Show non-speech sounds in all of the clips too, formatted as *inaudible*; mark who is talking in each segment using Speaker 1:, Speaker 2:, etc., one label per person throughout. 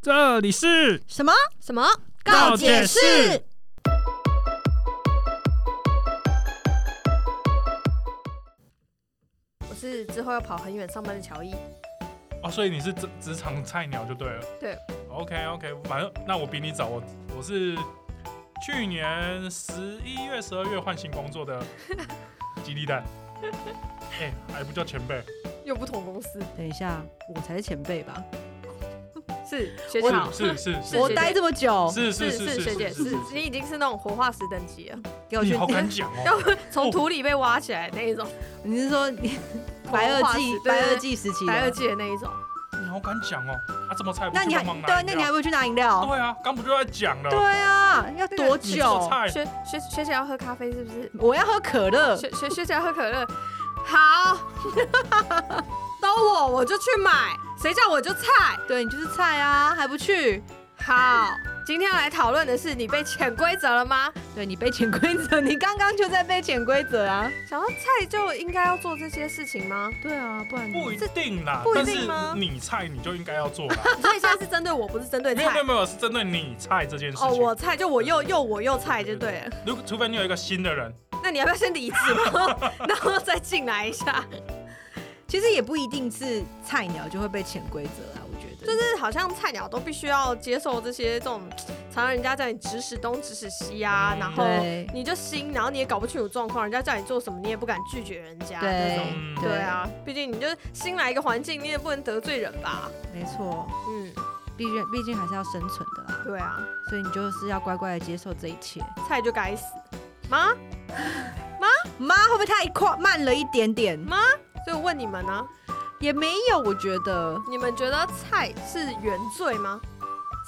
Speaker 1: 这里是
Speaker 2: 什么？
Speaker 3: 什么？
Speaker 1: 告解室。
Speaker 3: 我是之后要跑很远上班的乔伊，
Speaker 1: 哦，所以你是职职场菜鸟就对了。
Speaker 3: 对
Speaker 1: ，OK OK，反正那我比你早，我我是去年十一月、十二月换新工作的吉利蛋，哎、还不叫前辈，
Speaker 3: 又不同公司，
Speaker 2: 等一下，我才是前辈吧？
Speaker 3: 是学
Speaker 2: 我
Speaker 3: 长。
Speaker 1: 是是是
Speaker 3: 是
Speaker 2: 我
Speaker 3: 学姐
Speaker 2: 待这么久，
Speaker 1: 是是
Speaker 3: 是
Speaker 1: 是
Speaker 3: 学姐，
Speaker 1: 是
Speaker 3: 是你已经是那种活化石等级了，
Speaker 2: 给我
Speaker 1: 你
Speaker 2: 去
Speaker 1: 好敢讲哦！
Speaker 3: 要从土里被挖起来那一种，
Speaker 2: 你是 *laughs* 说你哦白
Speaker 3: 活
Speaker 2: 垩
Speaker 3: 化石
Speaker 2: 纪
Speaker 3: 对
Speaker 2: 白
Speaker 3: 对
Speaker 2: 垩
Speaker 3: 对
Speaker 2: 纪时期的？
Speaker 3: 白垩纪的那一种。
Speaker 1: 你好敢讲哦！啊，这么菜不
Speaker 2: 那
Speaker 1: 去
Speaker 2: 你还
Speaker 1: 帮忙拿
Speaker 2: 对啊，那
Speaker 1: 饮料
Speaker 2: 你还不去拿饮料？
Speaker 1: 对啊，刚不就在讲了？
Speaker 2: 对啊，要
Speaker 3: 个
Speaker 2: 多
Speaker 1: 你做
Speaker 2: 久？
Speaker 1: 菜
Speaker 3: 学学学姐要喝咖啡是不是？
Speaker 2: 我要喝可乐。
Speaker 3: 学学学姐要喝可乐，好， *laughs* 都我我就去买，谁叫我就菜。
Speaker 2: 对你就是菜啊，还不去？
Speaker 3: 好，今天要来讨论的是你被潜规则了吗？
Speaker 2: 对你被潜规则，你刚刚就在被潜规则啊。
Speaker 3: 想要菜就应该要做这些事情吗？
Speaker 2: 对啊，不然
Speaker 1: 不一定啦，
Speaker 3: 不一
Speaker 1: 但
Speaker 3: 定吗
Speaker 1: 是你菜你就应该要做啦。
Speaker 3: 所以现在是针对我，不是针对
Speaker 1: 没有没
Speaker 3: 菜
Speaker 1: 有。没有，是针对你菜这件事情。
Speaker 3: 哦，我菜就我又又我又菜就对了。
Speaker 1: 如果除非你有一个新的人，
Speaker 3: 那你要不要先离职吗？ *laughs* 然后再进来一下，
Speaker 2: 其实也不一定是菜鸟就会被潜规则啊，我觉得
Speaker 3: 就。是好像菜鸟都必须要接受这些这种，常常人家叫你指使东指使西啊，
Speaker 1: 嗯
Speaker 3: 然后
Speaker 2: 对
Speaker 3: 你就心，然后你也搞不清楚状况，人家叫你做什么你也不敢拒绝人家那种。
Speaker 1: 嗯
Speaker 2: 对
Speaker 3: 对，啊，毕竟你就是新来一个环境，你也不能得罪人吧？
Speaker 2: 没错，
Speaker 3: 嗯，
Speaker 2: 毕竟毕竟还是要生存的啦，
Speaker 3: 对啊，
Speaker 2: 所以你就是要乖乖的接受这一切。
Speaker 3: 菜就该死妈。
Speaker 2: 妈会不会太快慢了一点点？
Speaker 3: 所以我问你们呢、啊
Speaker 2: 也没有，我觉得
Speaker 3: 你们觉得菜是原罪吗？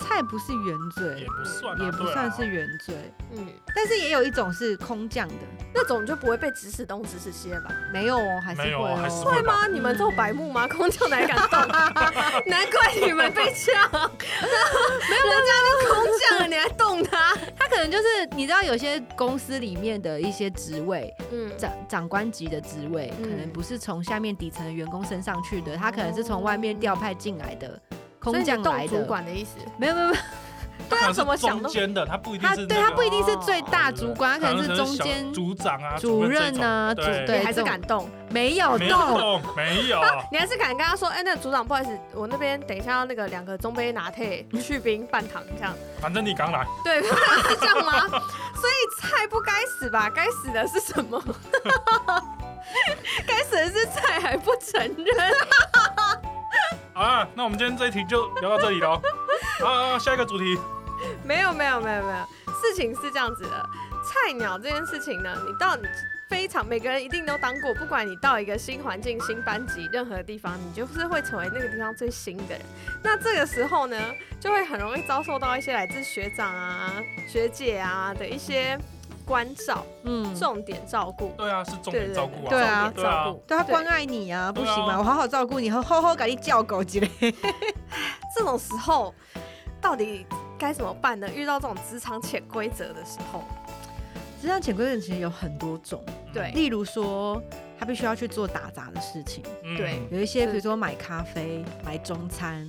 Speaker 2: 菜不是原罪
Speaker 1: 也，不算啊，
Speaker 2: 也不
Speaker 1: 对啊
Speaker 2: 算是原罪，
Speaker 3: 嗯，
Speaker 2: 但是也有一种是空降的，
Speaker 3: 那种就不会被指使东指使西了吧？
Speaker 2: 没有哦，还是
Speaker 1: 没
Speaker 2: 会
Speaker 1: 有
Speaker 2: 哦，
Speaker 1: 还是
Speaker 3: 会
Speaker 1: 会
Speaker 3: 吗？你们这种白目 *laughs* 吗？空降哪敢动？难怪你们被呛， *laughs* 没有人家都空降了，你还动他？
Speaker 2: 他可能就是你知道，有些公司里面的一些职位，
Speaker 3: 嗯，
Speaker 2: 长长官级的职位，
Speaker 3: 嗯
Speaker 2: 可能不是从下面底层的员工升上去的，他可能是从外面调派进来的，
Speaker 3: 所以
Speaker 2: 空
Speaker 3: 你
Speaker 2: 降来
Speaker 3: 动主
Speaker 2: 的。
Speaker 3: 管的意思？
Speaker 2: 没有没有没有，啊
Speaker 1: 他可能是
Speaker 3: 怎么想都
Speaker 1: 中间的，他不一定
Speaker 2: 他
Speaker 1: 是哦
Speaker 2: 对他不一定是最大主管，他
Speaker 1: 那
Speaker 2: 可
Speaker 1: 个，
Speaker 2: 能是中
Speaker 1: 小
Speaker 2: 间
Speaker 1: 组长啊、
Speaker 2: 主任
Speaker 1: 啊，
Speaker 2: 啊，主
Speaker 1: 任这种对
Speaker 2: 对，
Speaker 3: 你还是
Speaker 2: 这种
Speaker 3: 敢动？
Speaker 2: 没有
Speaker 1: 没有
Speaker 2: 动，
Speaker 1: 动，没有，
Speaker 3: 你还是敢跟他说，哎、那组长不好意思，我那边等一下要那个两个中杯拿铁去冰半糖这样，
Speaker 1: 反正你刚来，
Speaker 3: *laughs* 对，是这样 *laughs* 吗？所以菜不该死吧？该死的是什么？ *laughs* 该死的是菜还不承认。
Speaker 1: 好啊，那我们今天这一题就聊到这里喽。好好，好下一个主题，
Speaker 3: 没有没有没有没有，事情是这样子的，菜鸟这件事情呢，你到你非常每个人一定都当过，不管你到一个新环境、新班级、任何地方，你就是会成为那个地方最新的人。那这个时候呢，就会很容易遭受到一些来自学长啊、学姐啊的一些关照、
Speaker 2: 嗯，
Speaker 3: 重点照顾。
Speaker 1: 对啊，是重点照顾啊，
Speaker 3: 对
Speaker 2: 对啊
Speaker 3: 重点照顾。
Speaker 2: 对他
Speaker 3: 对
Speaker 2: 关爱你啊，不
Speaker 1: 对啊
Speaker 2: 行吗？我好好照顾你，好好给你叫狗之类。
Speaker 3: 这种时候到底该怎么办呢？遇到这种职场潜规则的时候，
Speaker 2: 实际上潜规则其实有很多种，
Speaker 1: 嗯
Speaker 3: 对
Speaker 2: 例如说他必须要去做打杂的事情，
Speaker 1: 嗯
Speaker 3: 对
Speaker 2: 有一些
Speaker 3: 是
Speaker 2: 比如说买咖啡、买中餐、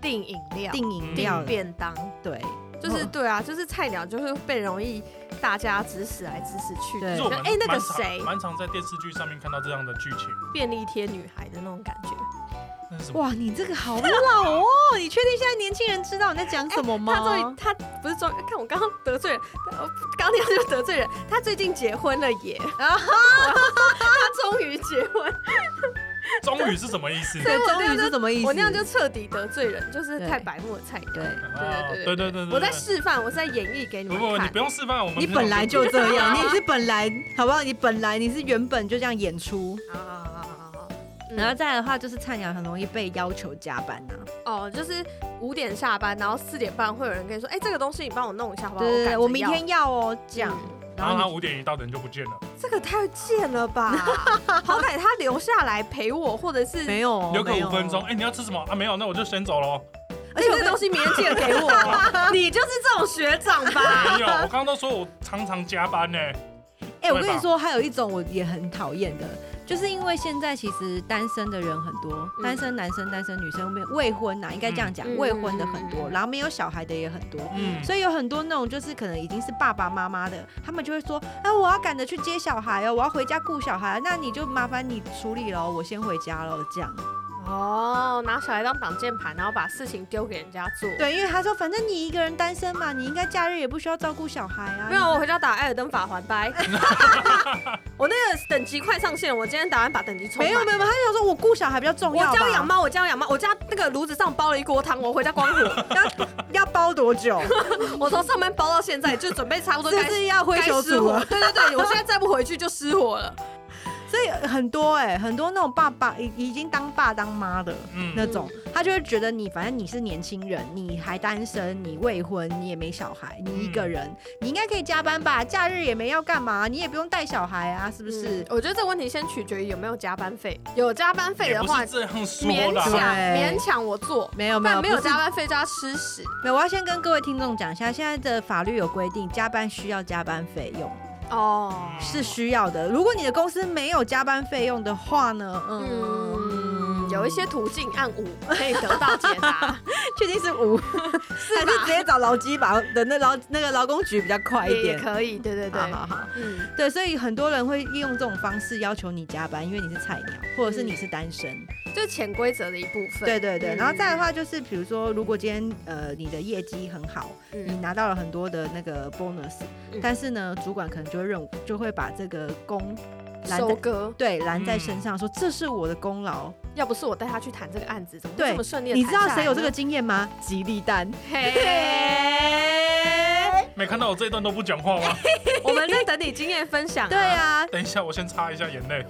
Speaker 3: 订饮料、
Speaker 2: 订饮料
Speaker 3: 订，便当。
Speaker 2: 对，
Speaker 3: 就是
Speaker 2: 嗯
Speaker 3: 对啊，就是菜鸟就是被容易大家指使来指使去，
Speaker 2: 对
Speaker 1: 其实
Speaker 3: 就觉
Speaker 1: 我
Speaker 3: 得
Speaker 1: 们
Speaker 3: 哎、那个
Speaker 1: 蛮常
Speaker 3: 谁
Speaker 1: 蛮常在电视剧上面看到这样的剧情，
Speaker 3: 便利贴女孩的那种感觉。
Speaker 1: 那是什么？
Speaker 2: 哇，你这个好 *laughs* 老
Speaker 3: *laughs*
Speaker 2: 哦！你确定现在年轻人知道你在讲什么吗？
Speaker 3: 她哎终于她不是终于，看我刚刚得罪人，呃刚刚就得罪人。她最近结婚了耶， *laughs*
Speaker 2: 啊
Speaker 3: 她终于结婚，
Speaker 1: 终于是什么意思？
Speaker 2: 这个终于是什么 *laughs* 意思？
Speaker 3: 我那样就彻底得罪人，就是
Speaker 2: 对
Speaker 3: 太白目的菜鸟。
Speaker 2: 对，
Speaker 1: 啊
Speaker 3: 对
Speaker 1: 对对
Speaker 3: 对对
Speaker 1: 对对，
Speaker 3: 我在示范，我是在演绎给你
Speaker 1: 不
Speaker 3: 们
Speaker 1: 不，你
Speaker 3: 看
Speaker 1: 不。用示范，我们
Speaker 2: 你
Speaker 1: 平
Speaker 2: 本
Speaker 1: 常
Speaker 2: 来
Speaker 1: 就
Speaker 2: 就这
Speaker 3: *laughs*
Speaker 2: 样，你是本来好不好？你本来你是原本就这样演出，
Speaker 3: 啊啊啊啊啊啊！
Speaker 2: 然后
Speaker 3: 嗯
Speaker 2: 再来的话就是菜鸟很容易被要求加班呐、啊。
Speaker 3: 哦，就是五点下班，然后四点半会有人跟你说，哎，这个东西你帮我弄一下好不好？
Speaker 2: 对对对，
Speaker 3: 我
Speaker 2: 我明天要哦，这样。
Speaker 1: 然
Speaker 3: 嗯
Speaker 1: 后
Speaker 2: 然
Speaker 1: 他
Speaker 2: 后
Speaker 1: 五点一到人就不见了，
Speaker 3: 这个太贱
Speaker 2: *laughs*
Speaker 3: 了吧！好歹他留下来陪我，或者是
Speaker 2: 你没有哦，
Speaker 1: 留个
Speaker 2: 没
Speaker 1: 五
Speaker 2: 哦
Speaker 1: 分钟，，哎，你要吃什么啊？没有，那我就先走
Speaker 3: *laughs*
Speaker 1: 喽。
Speaker 3: 而且这东西明天记得给 *laughs* 我。你就是这种学长
Speaker 2: *laughs*
Speaker 3: 吧？
Speaker 1: 没有，我刚刚都说我常常加班呢。
Speaker 2: 哎、我跟
Speaker 1: 对
Speaker 2: 你
Speaker 1: 吧
Speaker 2: 说，还有一种我也很讨厌的，就是因为现在其实单身的人很多，
Speaker 3: 嗯
Speaker 2: 单身男生、单身女生、未婚啊呐、应该这样讲，
Speaker 3: 嗯
Speaker 2: 未婚的很
Speaker 3: 嗯
Speaker 2: 多，
Speaker 3: 嗯嗯
Speaker 2: 然后没有小孩的也很多。
Speaker 1: 嗯，
Speaker 2: 所以有很多那种就是可能已经是爸爸妈妈的，他们就会说，啊，我要赶着去接小孩哦，我要回家顾小孩，那你就麻烦你处理喽，我先回家喽，这样。
Speaker 3: 哦，拿小孩当挡箭牌，然后把事情丢给人家做。，
Speaker 2: 对，因为他说反正你一个人单身嘛，你应该假日也不需要照顾小孩啊。
Speaker 3: 没有，我回家打《艾尔登法环》
Speaker 2: *laughs*
Speaker 3: 拜。我那个等级快上线，我今天打算把等级充满。
Speaker 2: 没有没有，没有他想说我顾小孩比较重
Speaker 3: 我
Speaker 2: 要吧。
Speaker 3: 家有养猫，我家有养猫，我家那个炉子上煲了一锅汤，我回家
Speaker 2: *laughs*
Speaker 3: 光火。
Speaker 2: 要包多
Speaker 3: *laughs*
Speaker 2: 久？
Speaker 3: 我从上班煲到现在，就准备差不多
Speaker 2: 是
Speaker 3: 该
Speaker 2: 不是要挥
Speaker 3: 该
Speaker 2: 手
Speaker 3: 失
Speaker 2: 组
Speaker 3: 火
Speaker 2: 了？。
Speaker 3: 对对对，我现在再不回去就失火了。
Speaker 2: 所以很多哎、很多那种爸爸已已经当爸当妈的
Speaker 1: 嗯
Speaker 2: 那种，他就会觉得你反正你是年轻人，你还单身，你未婚，你也没小孩，你一个人，
Speaker 3: 嗯
Speaker 2: 你应该可以加班吧？假日也没要干嘛，你也不用带小孩啊，是不是？
Speaker 3: 嗯我觉得这个问题先取决于有没有加班费。有加班费
Speaker 1: 嗯也
Speaker 3: 的
Speaker 1: 不
Speaker 3: 话
Speaker 1: 是，这样说
Speaker 3: 勉
Speaker 1: 啦
Speaker 3: 强。
Speaker 2: 对
Speaker 3: 勉强我做，
Speaker 2: 没有没有
Speaker 3: 但没有
Speaker 2: 不是
Speaker 3: 加班费就要吃屎。
Speaker 2: 没有，我要先跟各位听众讲一下，现在的法律有规定，加班需要加班费用，
Speaker 3: 哦，
Speaker 2: 是需要的。如果你的公司没有加班费用的话呢，嗯，
Speaker 3: 嗯，有一些途径按五可以得到解答，
Speaker 2: *laughs* 确定是
Speaker 3: *laughs*
Speaker 2: 无，还是直接找劳基法的那劳那个劳工局比较快一
Speaker 3: 也也
Speaker 2: 点？
Speaker 3: 可以，对对对
Speaker 2: 好，好好，
Speaker 3: 嗯，
Speaker 2: 对，所以很多人会利用这种方式要求你加班，因为你是菜鸟，或者是你是单身。
Speaker 3: 就是潜规则的一部分。
Speaker 2: 嗯对对对，
Speaker 3: 嗯
Speaker 2: 然后再来的话就是，比如说，如果今天呃你的业绩很好，你
Speaker 3: 嗯，
Speaker 2: 拿到了很多的那个 bonus，、
Speaker 3: 嗯
Speaker 2: 但是呢，主管可能就会认就会把这个功拦
Speaker 3: 收
Speaker 2: 在
Speaker 3: 割。
Speaker 2: 对拦在身上，说这是我的功劳。
Speaker 3: 要不是我带他去谈这个案子，怎么会
Speaker 2: 对
Speaker 3: 这么顺利？
Speaker 2: 你知道谁有这个？经验吗？吉利蛋。 *laughs*
Speaker 3: 嘿，
Speaker 1: 没看到我这一段都不讲话吗？ *laughs*
Speaker 3: 我们在等你经验分享。
Speaker 2: 对，啊，
Speaker 1: 等一下，我先擦一下眼泪，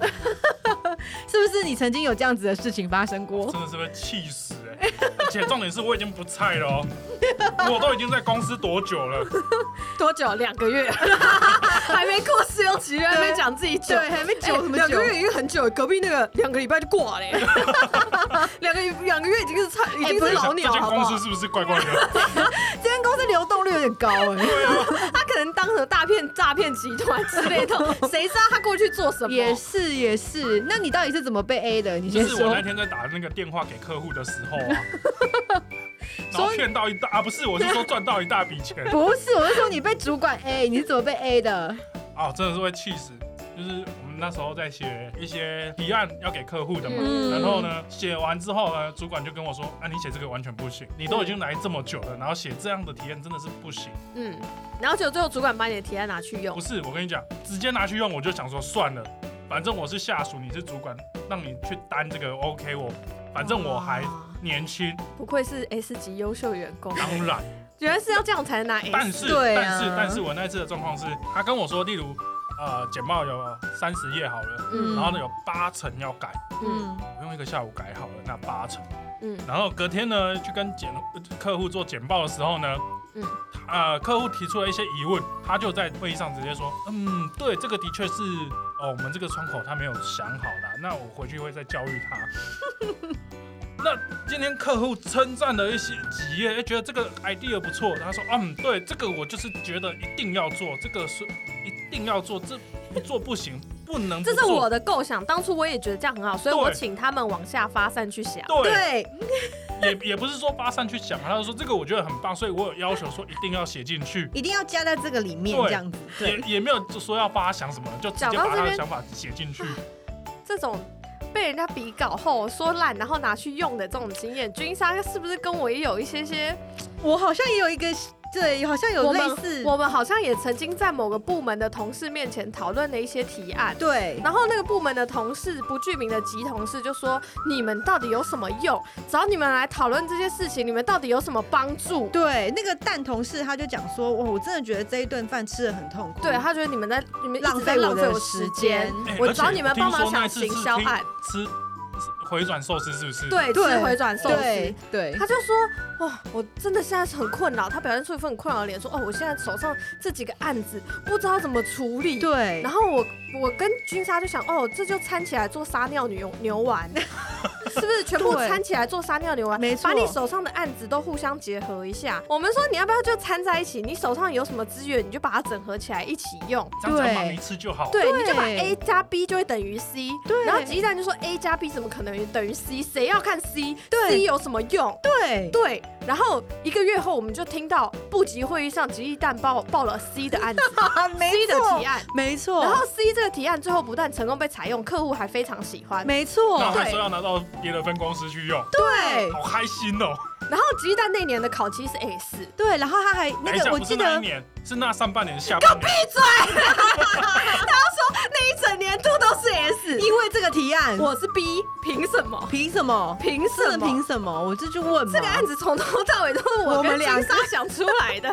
Speaker 2: 是不是你曾经有这样子的事情发生过？
Speaker 1: 真的是被气死哎、
Speaker 3: *laughs*
Speaker 1: 而且重点是我已经不菜了哦、我都已经在公司多久
Speaker 3: *laughs*
Speaker 1: 了？
Speaker 3: 多久？两个月， *laughs* 还没过试用期，还没讲自己久。
Speaker 2: 对，还没久什 *laughs* 么
Speaker 3: 哎两
Speaker 2: 久
Speaker 3: 个？月已经很久，隔壁那个两个礼拜就挂了耶，两个两个月已经是菜，已经
Speaker 2: 不
Speaker 3: 是
Speaker 2: 是
Speaker 3: 老鸟，
Speaker 1: 这间
Speaker 3: 哎好不
Speaker 1: 公
Speaker 3: 好
Speaker 1: 司？是不是怪怪
Speaker 3: *laughs*
Speaker 1: 的？啊
Speaker 2: 这间公司流动率有点高哎、
Speaker 3: 他可能当什么大骗诈骗集团之类的， *laughs* 谁知道他过去做什么？
Speaker 2: 也是也是，那你到底是怎么被 A 的？你
Speaker 1: 就
Speaker 2: 先
Speaker 1: 是我
Speaker 2: 说
Speaker 1: 那。天在打那个电话给客户的时候啊，
Speaker 3: *laughs*
Speaker 1: 然后骗到一大啊，不是，我是说赚到一大笔钱
Speaker 2: 不是，我是说你被主管 A，你是怎么被 A 的？
Speaker 1: 啊，真的是会气死。就是我们那时候在写一些提案要给客户的嘛，
Speaker 2: 嗯
Speaker 1: 然后呢，写完之后呢，主管就跟我说：“啊，你写这个完全不行，你都已经来这么久了，然后写这样的提案真的是不行。
Speaker 3: 嗯，然后结果最后主管把你的提案拿去”用
Speaker 1: 不，是，我跟你讲，直接拿去用，我就想说算了，反正我是下属，你是主管，让你去担这个 OK，我反正我还
Speaker 2: 哦
Speaker 3: 哇
Speaker 1: 年轻，
Speaker 3: 不愧是 S 级优秀员工，
Speaker 1: 当然。
Speaker 3: 原来是要这样才能拿 S。
Speaker 1: 但是，
Speaker 2: 对啊
Speaker 1: 但是，但是我那次的状况是，他跟我说，例如，呃，简报有三十页好了，
Speaker 3: 嗯
Speaker 1: 然后呢有八成要改，
Speaker 3: 嗯
Speaker 2: 嗯，
Speaker 1: 我用一个下午改好了那八成，
Speaker 3: 嗯
Speaker 1: 然后隔天呢去跟简客户做简报的时候呢，
Speaker 3: 嗯
Speaker 1: 嗯，呃，客户提出了一些疑问，他就在会议上直接说，嗯，对，这个的确是，哦，我们这个窗口他没有想好啦，那我回去会再教育他。 *laughs* 那今天客户称赞了一些企业，哎觉得这个 idea 不错，他说，嗯，对，这个我就是觉得一定要做，这个是一定要做，这不做不行，不能不
Speaker 3: 这
Speaker 1: 做。
Speaker 3: 是我的构想，当初我也觉得这样很好，所以
Speaker 1: 对
Speaker 3: 我请他们往下发散去想。
Speaker 1: 对，
Speaker 2: 对，
Speaker 1: 也也不是说发散去想，啊他就说这个我觉得很棒，所以我有要求说一定要写进去，
Speaker 2: 一定要加在这个里面
Speaker 1: 对
Speaker 2: 这样子。
Speaker 1: 也
Speaker 2: 对，
Speaker 1: 也没有就说要发想什么，就直接把他的想法写进
Speaker 3: *laughs*
Speaker 1: 去。
Speaker 3: 这种被人家比稿后说烂，然后拿去用的这种经验，君莎是不是跟我也有一些些？
Speaker 2: 我好像也有一个，对，好像有
Speaker 3: 我
Speaker 2: 类
Speaker 3: 们
Speaker 2: 似，
Speaker 3: 我们好像也曾经在某个部门的同事面前讨论了一些提案。
Speaker 2: 对，
Speaker 3: 然后那个部门的同事，不具名的集同事就说：“你们到底有什么用？找你们来讨论这些事情，你们到底有什么帮助
Speaker 2: 对，那个蛋同事他就讲说，哇，我真的觉得这一顿饭吃的很痛？”苦，
Speaker 3: 对，他觉得你们在你们一
Speaker 2: 浪
Speaker 3: 直在
Speaker 2: 费
Speaker 3: 浪
Speaker 2: 我
Speaker 3: 费
Speaker 2: 的
Speaker 3: 我
Speaker 2: 时
Speaker 3: 时
Speaker 2: 间
Speaker 3: 间。。
Speaker 1: 哎
Speaker 3: 我
Speaker 1: 而且
Speaker 3: 找你们帮忙
Speaker 1: 听说那
Speaker 3: 想
Speaker 1: 一次是
Speaker 3: 行销
Speaker 1: 听
Speaker 3: 案，
Speaker 1: 吃回转寿司是不是？，
Speaker 3: 对，吃
Speaker 2: 对
Speaker 3: 回转寿司
Speaker 2: 对。对，
Speaker 3: 他就说：“哦，我真的现在是很困扰。”他表现出一份很困扰的脸，说：“哦，我现在手上这几个案子不知道怎么处理。”
Speaker 2: 对
Speaker 3: 然，后我我跟君莎就想，哦，这就掺起来做撒尿牛牛丸，
Speaker 2: *laughs*
Speaker 3: 是不是全部
Speaker 2: 对
Speaker 3: 掺起来做撒尿牛丸？
Speaker 2: 没
Speaker 3: 把你
Speaker 2: 错
Speaker 3: 手上的案子都互相结合一下。我们说你要不要就掺在一起？你手上有什么资源，你就把它整合起来一起用。
Speaker 1: 这样只要忙
Speaker 2: 对
Speaker 1: 一次就好。
Speaker 3: 对，
Speaker 2: 对
Speaker 3: 你就把 A 加 B 就会等于 C，
Speaker 2: 对
Speaker 3: 然后鸡蛋就说 A 加 B 怎么可能等于 C？谁要看 C？C
Speaker 2: 对
Speaker 3: 有什么用？
Speaker 2: 对，
Speaker 3: 对，然后一个月后，我们就听到部级会议上，吉利蛋报报了 C 的 *laughs* 案子
Speaker 2: 没
Speaker 3: ，C 的提
Speaker 2: 错，
Speaker 3: 案。
Speaker 2: 没错，
Speaker 3: 然后 C 这个提案最后不但成功被采用，客户还非常喜欢。
Speaker 2: 没
Speaker 1: 那
Speaker 2: 错，
Speaker 1: 还说要拿到别的分公司去用，
Speaker 2: 对
Speaker 1: 好开心哦！
Speaker 3: 然后吉利蛋那年的考期是 A 四，
Speaker 2: 对，然后他还
Speaker 1: 哎
Speaker 2: 那
Speaker 1: 这
Speaker 2: 个，
Speaker 1: 样
Speaker 2: 我
Speaker 1: 不
Speaker 2: 记
Speaker 1: 是那
Speaker 2: 得
Speaker 1: 一年是那上半年下半年，
Speaker 3: 那一整年度都是 S。
Speaker 2: 因为这个提案，
Speaker 3: 我是 B，凭什么？
Speaker 2: 凭什么？
Speaker 3: 凭什
Speaker 2: 这
Speaker 3: 么？
Speaker 2: 凭什么？我这就问嘛。
Speaker 3: 这个案子从头到尾都是我
Speaker 2: 我
Speaker 3: 跟
Speaker 2: 们
Speaker 3: 金
Speaker 2: 两个
Speaker 3: 莎想出来的，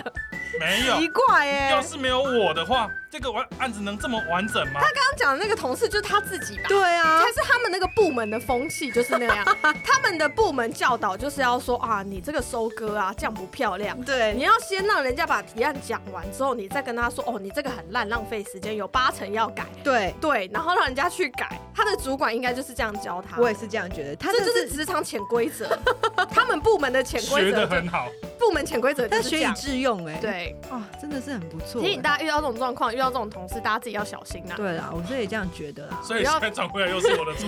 Speaker 1: 没有。
Speaker 3: 奇怪耶。
Speaker 1: 要是没有我的话，这个完案子能这么完整吗？
Speaker 3: 刚刚讲的那个同事就是他自己吧？
Speaker 2: 对啊
Speaker 3: 还，是他们那个部门的风气就是那样，他们的部门教导就是要说啊，你这个收割啊，这样不漂亮。你
Speaker 2: 对，
Speaker 3: 要先让人家把提案讲完之后，你再跟他说哦，你这个很烂，浪费时间，有八成要改。
Speaker 2: 对，
Speaker 3: 对，然后让人家去改。他的主管应该就是这样教他。
Speaker 2: 我也是这样觉得。他
Speaker 3: 这就
Speaker 2: 真
Speaker 3: 是
Speaker 2: 的，
Speaker 3: 职场潜规则， *laughs* 他们部门的潜规
Speaker 1: 学
Speaker 3: 则
Speaker 1: 得
Speaker 3: 就，
Speaker 1: 很好，
Speaker 3: 部门潜规则就
Speaker 2: 但
Speaker 3: 是这
Speaker 2: 学以
Speaker 3: 样。
Speaker 2: 致用，哎，，
Speaker 3: 对，
Speaker 2: 哇，真的是很不错。
Speaker 3: 提醒
Speaker 2: 哎
Speaker 3: 大家遇到这种状况，遇到这种同事，大家自己要小心啊。
Speaker 2: 对啦，我是也这样觉得啦。
Speaker 1: 所以
Speaker 3: 不要
Speaker 1: 现在转回来又是我的
Speaker 3: *laughs*
Speaker 1: 错，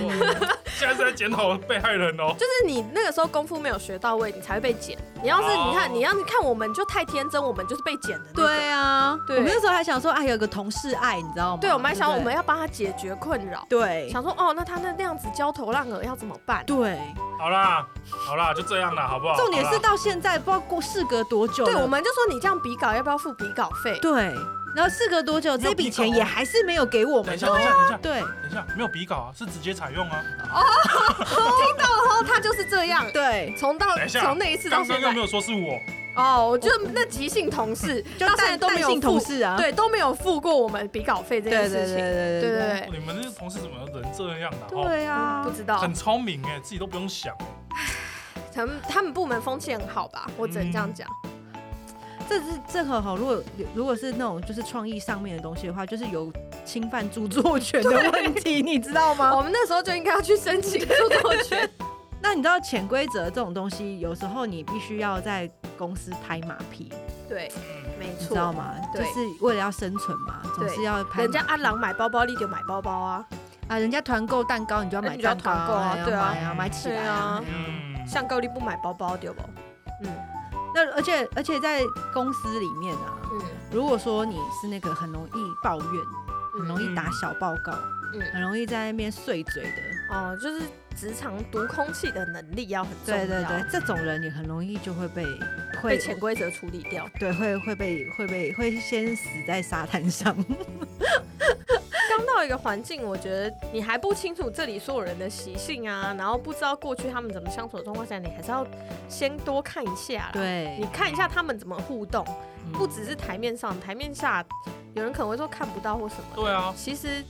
Speaker 1: 现在是在检讨被害人哦。
Speaker 3: 就是你那个时候功夫没有学到位，你才会被剪。你要是你看，
Speaker 1: 哦
Speaker 3: 你要你看，我们就太天真，我们就是被剪的、那个。
Speaker 2: 对啊，
Speaker 3: 对
Speaker 2: 我们那时候还想说，哎，有个同事爱，你知道吗？
Speaker 3: 对，我们还想
Speaker 2: 对
Speaker 3: 我
Speaker 2: 不
Speaker 3: 们要帮他解决困扰，
Speaker 2: 对
Speaker 3: 想说哦，那他那那样子焦头烂额要怎么办？
Speaker 2: 对，
Speaker 1: 好啦，好啦，就这样啦，好不好？
Speaker 2: 重点
Speaker 1: 好
Speaker 2: 是
Speaker 1: 啦
Speaker 2: 到现在不知道过事隔多久了，
Speaker 3: 对，我们就说你这样比稿要不要付比稿费？
Speaker 2: 对，然后事隔多久，
Speaker 1: 没有
Speaker 2: 这
Speaker 1: 比
Speaker 2: 笔
Speaker 1: 稿
Speaker 2: 钱
Speaker 1: 啊
Speaker 2: 也还是没有给我
Speaker 1: 等一
Speaker 2: 们
Speaker 1: 下，。
Speaker 2: 啊
Speaker 1: 等一下，等一下，
Speaker 2: 对
Speaker 1: 等一下，没有比稿啊，是直接采用啊。
Speaker 3: 哦，他就是这样。
Speaker 2: 对，
Speaker 3: 从到
Speaker 1: 等一下
Speaker 3: 从那一
Speaker 2: 啊
Speaker 3: 次到
Speaker 1: 刚刚
Speaker 3: 现
Speaker 1: 又
Speaker 3: 在
Speaker 1: 没，有说是我，
Speaker 3: 哦，我觉得那即兴同事
Speaker 2: 就
Speaker 3: 到现
Speaker 2: 带
Speaker 3: 在都没有
Speaker 2: 性
Speaker 3: 付
Speaker 2: 同，事啊，
Speaker 3: 对，都没有付过我们比稿费这件
Speaker 2: 对对对
Speaker 3: 事情。
Speaker 2: 对
Speaker 3: 对
Speaker 2: 对
Speaker 3: 对
Speaker 1: 哦你们这同事怎么人这样的？
Speaker 2: 对，
Speaker 1: 哦，
Speaker 2: 对啊
Speaker 3: 不，知道
Speaker 1: 很，聪明哎，自己都不用想哎。
Speaker 3: 他们他们部门风气很好吧？我只能这样讲。
Speaker 2: 这是这个好，如果如果是那种就是创意上面的东西的话，就是有侵犯著作权的问题，你知道 *laughs* 吗？
Speaker 3: 我们那时候就应该要去申请著作权。
Speaker 2: 那你知道潜规则这种东西，有时候你必须要在公司拍马屁，
Speaker 3: 对，
Speaker 1: 嗯，
Speaker 3: 没
Speaker 2: 你知道。吗？就
Speaker 3: 对
Speaker 2: 是为了要生存嘛，总
Speaker 3: 对
Speaker 2: 是要拍马屁。
Speaker 3: 人家阿郎买包包，你就买包包啊。
Speaker 2: 啊，人家团购蛋糕，你就要
Speaker 3: 那
Speaker 2: 买
Speaker 3: 你就要
Speaker 2: 蛋糕
Speaker 3: 团购啊
Speaker 2: 要
Speaker 3: 对啊
Speaker 2: 买啊，买起来啊。
Speaker 3: 对
Speaker 1: 嗯
Speaker 3: 像高丽不买包包对不？嗯
Speaker 2: 那而且而且在公司里面啊，
Speaker 3: 嗯，
Speaker 2: 如果说你是那个很容易抱怨、很容易打小报告、
Speaker 3: 嗯
Speaker 2: 很容易在那边碎嘴的，
Speaker 3: 哦，就是职场读空气的能力要很重要，
Speaker 2: 对对对，，这种人你很容易就会被
Speaker 3: 被
Speaker 2: 会
Speaker 3: 潜规则处理掉。
Speaker 2: 对会会被会被会先死在沙滩上。
Speaker 3: 刚到一个环境，我觉得你还不清楚这里所有人的习性啊，然后不知道过去他们怎么相处的状况下，你还是要先多看一下啦。你
Speaker 2: *laughs* 对，
Speaker 3: 看一下他们怎么互动，
Speaker 2: 嗯
Speaker 3: 不只是台面上，台面下有人可能会说看不到或什么的，
Speaker 1: 对啊，
Speaker 3: 其实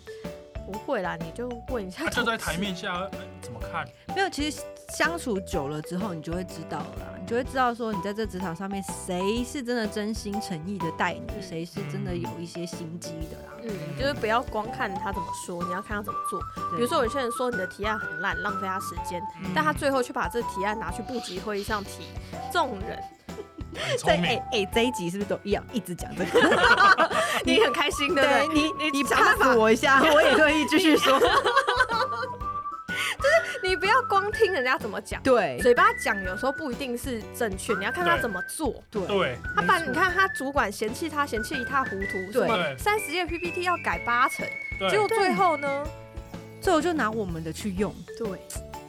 Speaker 3: 不会啦，你就问一下
Speaker 1: 他
Speaker 3: 同事。
Speaker 1: 就在台面下，哎怎么看？
Speaker 2: 没有，其实相处久了之后，你就会知道了啦，你就会知道说你在这职场上面谁是真的真心诚意的待你，
Speaker 3: 嗯
Speaker 2: 谁是真的有一些心机的啦。
Speaker 3: *laughs* 嗯，就是不要光看他怎么说，你要看他怎么做。比如说有些人说你的提案很烂，浪费他时间，
Speaker 1: 嗯
Speaker 3: 但他最后却把这提案拿去部级会议上提，这种人
Speaker 1: 很
Speaker 2: 对，
Speaker 1: 聪
Speaker 2: 哎
Speaker 1: 明
Speaker 2: 哎、，这一集是不是都一样一直讲这个？ *laughs*
Speaker 3: 你很开心对不对？
Speaker 2: 你
Speaker 3: 你
Speaker 2: 你
Speaker 3: 想
Speaker 2: 掐
Speaker 3: 办法
Speaker 2: 死我一下，我也愿意继续说。
Speaker 3: 你不要光听人家怎么讲，
Speaker 2: 对
Speaker 3: 嘴巴讲有时候不一定是正确，你要看他怎么做。
Speaker 2: 对
Speaker 1: 对，
Speaker 3: 他把
Speaker 2: 没
Speaker 3: 你
Speaker 2: 错
Speaker 3: 看他主管嫌弃他，嫌弃一塌糊涂，什
Speaker 2: 对
Speaker 3: 么三十页 PPT 要改八成，结
Speaker 1: 对
Speaker 3: 果，最后呢？
Speaker 2: 最后就拿我们的去用。
Speaker 3: 对，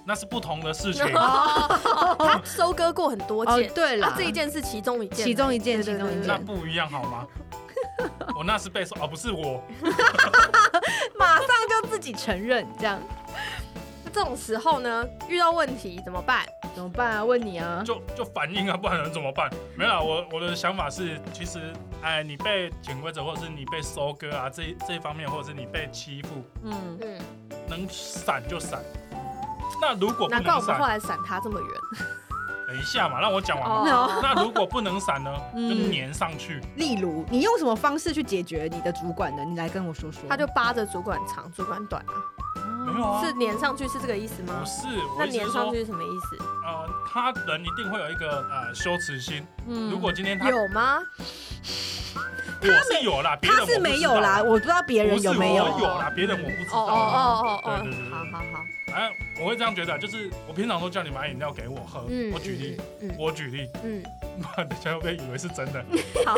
Speaker 1: 那是不同的
Speaker 2: *laughs*
Speaker 1: 事情。
Speaker 3: *laughs* 哦他收割过很多件，
Speaker 2: 哦对
Speaker 3: 他这一件是其中一件，
Speaker 2: 其中一件，
Speaker 3: 对
Speaker 2: 其
Speaker 3: 对
Speaker 2: 中一
Speaker 3: 对
Speaker 1: 那
Speaker 2: 件，
Speaker 1: 不一样好吗？我那是被说哦，不是我，
Speaker 2: 马上就自己承认，这样
Speaker 3: 这种时候呢，遇到问题怎么办？
Speaker 2: 怎么办啊？问你啊，
Speaker 1: 就就反应啊，不然能怎么办？没有啦，我我的想法是，其实哎，你被潜规则，或者是你被收割啊，这一这一方面，或者是你被欺负，
Speaker 2: 嗯，
Speaker 3: 嗯，
Speaker 1: 能闪就闪。那如果不
Speaker 3: 难怪我
Speaker 1: 能
Speaker 3: 们后
Speaker 1: 闪，
Speaker 3: 来闪他这么远。
Speaker 1: 哎、等一下嘛，让我讲完嘛。
Speaker 3: 哦，
Speaker 1: 那如果不能闪
Speaker 2: *laughs*
Speaker 1: 呢，
Speaker 2: 嗯
Speaker 1: 就粘上去。
Speaker 2: 例如，你用什么方式去解决你的主管呢？你来跟我说说。
Speaker 3: 他就扒着主管长，主管短啊，
Speaker 1: 没有啊，
Speaker 3: 是粘上去是这个意思吗
Speaker 1: 不？是，
Speaker 3: 那
Speaker 1: 我意思
Speaker 3: 粘
Speaker 1: 是
Speaker 3: 上
Speaker 1: 说
Speaker 3: 去，是什么意思？
Speaker 1: 呃，他人一定会有一个呃羞耻心。
Speaker 2: 嗯
Speaker 1: 如果今天他
Speaker 3: 有吗？
Speaker 1: 我是有啦，别人
Speaker 2: 他
Speaker 1: 我不知
Speaker 2: 是
Speaker 1: 道
Speaker 2: 没有啦，，我不知道别人有没有。
Speaker 1: 不是我有啦，别人我不知
Speaker 3: 哦
Speaker 1: 道
Speaker 3: 哦
Speaker 1: 啦。
Speaker 3: 哦哦
Speaker 1: 对
Speaker 3: 哦
Speaker 1: 对对，对
Speaker 3: 好好好，
Speaker 1: 哎，我会这样觉得，就是我平常都叫你买饮料给我喝。
Speaker 3: 嗯，
Speaker 1: 我举例，
Speaker 3: 嗯，
Speaker 1: 我举例， *laughs*
Speaker 3: 嗯
Speaker 1: 妈等一下会被以为是真的。 *laughs*
Speaker 3: 好，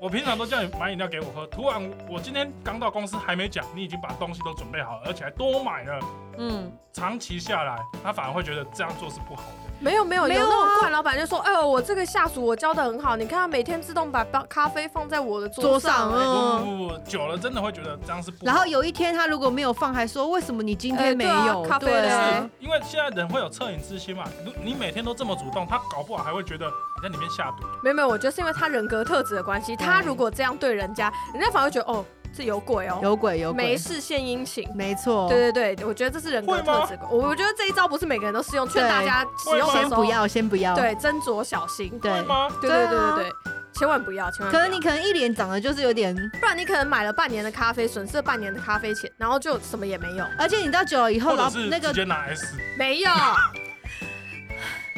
Speaker 1: 我平常都叫你买饮料给我喝，突然我今天刚到公司还没讲，你已经把东西都准备好了，而且还多买了。
Speaker 2: 嗯，
Speaker 1: 长期下来，他反而会觉得这样做是不好的。
Speaker 3: 没有没有，
Speaker 2: 没
Speaker 3: 有
Speaker 2: 有
Speaker 3: 那
Speaker 2: 啊
Speaker 3: 种惯老板就说，哎呦，我这个下属我教的很好，你看他每天自动把包咖啡放在我的
Speaker 2: 桌
Speaker 3: 桌
Speaker 2: 上
Speaker 3: 上，哎
Speaker 1: 不
Speaker 2: 嗯。
Speaker 1: 不不，久了真的会觉得这样是不好的。
Speaker 2: 然后有一天他如果没有放，还说为什么你今天没有？
Speaker 3: 哎对啊咖啡
Speaker 2: 对
Speaker 3: 嘞
Speaker 2: 啊，
Speaker 1: 因为现在人会有恻隐之心嘛，如你每天都这么主动，他搞不好还会觉得你在里面下毒。
Speaker 3: 没有没有，我觉得是因为他人格特质的关系，他如果这样对人家，人家反而会觉得哦，这有鬼哦，
Speaker 2: 有鬼哦有
Speaker 3: 没
Speaker 2: 鬼，
Speaker 3: 事献殷勤。
Speaker 2: 没错。
Speaker 3: 对对对，我觉得这是人格特质。我我觉得这一招不是每个人都适用，劝
Speaker 2: 对
Speaker 3: 大家使用的时
Speaker 2: 先
Speaker 3: 候
Speaker 2: 不，要，先不要。
Speaker 3: 对啊斟酌小心。
Speaker 2: 对
Speaker 1: 会吗？
Speaker 3: 对对对对对，千万不要，千万不
Speaker 2: 可
Speaker 3: 要。
Speaker 2: 能你可能一脸长得就是有点，
Speaker 3: 不然你可能买了半年的咖啡，损失了半年的咖啡钱，然后就什么也没有，
Speaker 2: 而且你到久了以后，
Speaker 1: 或者
Speaker 2: 老
Speaker 1: 是
Speaker 2: 那
Speaker 1: 直
Speaker 2: 个
Speaker 1: 接拿 S，
Speaker 3: 没有。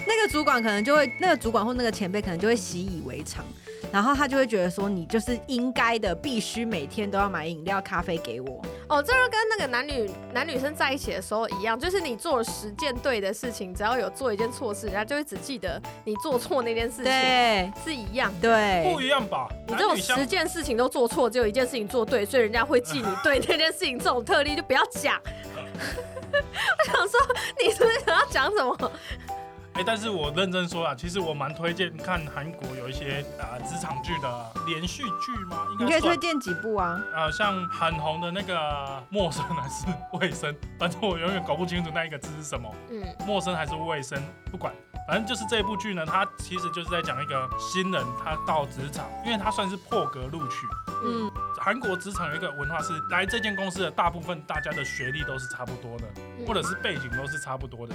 Speaker 2: 那个主管可能就会，那个主管或那个前辈可能就会习以为常，然后他就会觉得说你就是应该的，必须每天都要买饮料、咖啡给我。
Speaker 3: *laughs* 哦，这就跟那个男女男女生在一起的时候一样，就是你做了十件对的事情，只要有做一件错事，人家就会只记得你做错那件事情，
Speaker 2: 对
Speaker 3: 是一样的。
Speaker 2: 对
Speaker 1: 不，一样吧？
Speaker 3: 哎你这
Speaker 1: 男
Speaker 3: 种
Speaker 1: 女相
Speaker 3: 十件事情都做错，只有一件事情做对，所以人家会记你对那件事情这种特例就不要讲。 *laughs* 我想说，你是不是想要讲什么？
Speaker 1: 哎、但是我认真说啊，其实我蛮推荐看韩国有一些啊职、场剧的连续剧吗？应
Speaker 2: 你可
Speaker 1: 该
Speaker 2: 以推
Speaker 1: 算。
Speaker 2: 荐几部啊？
Speaker 1: 呃，像很红的那个《陌生还是卫生》，反正我永远搞不清楚那一个字是什么，
Speaker 3: 嗯，
Speaker 1: 陌生还是卫生，不管，反正就是这部剧呢，它其实就是在讲一个新人他到职场，因为他算是破格录取。
Speaker 2: 嗯
Speaker 3: 嗯，
Speaker 1: 韩国职场有一个文化是，来这间公司的大部分大家的学历都是差不多的，或者是背景都是差不多的。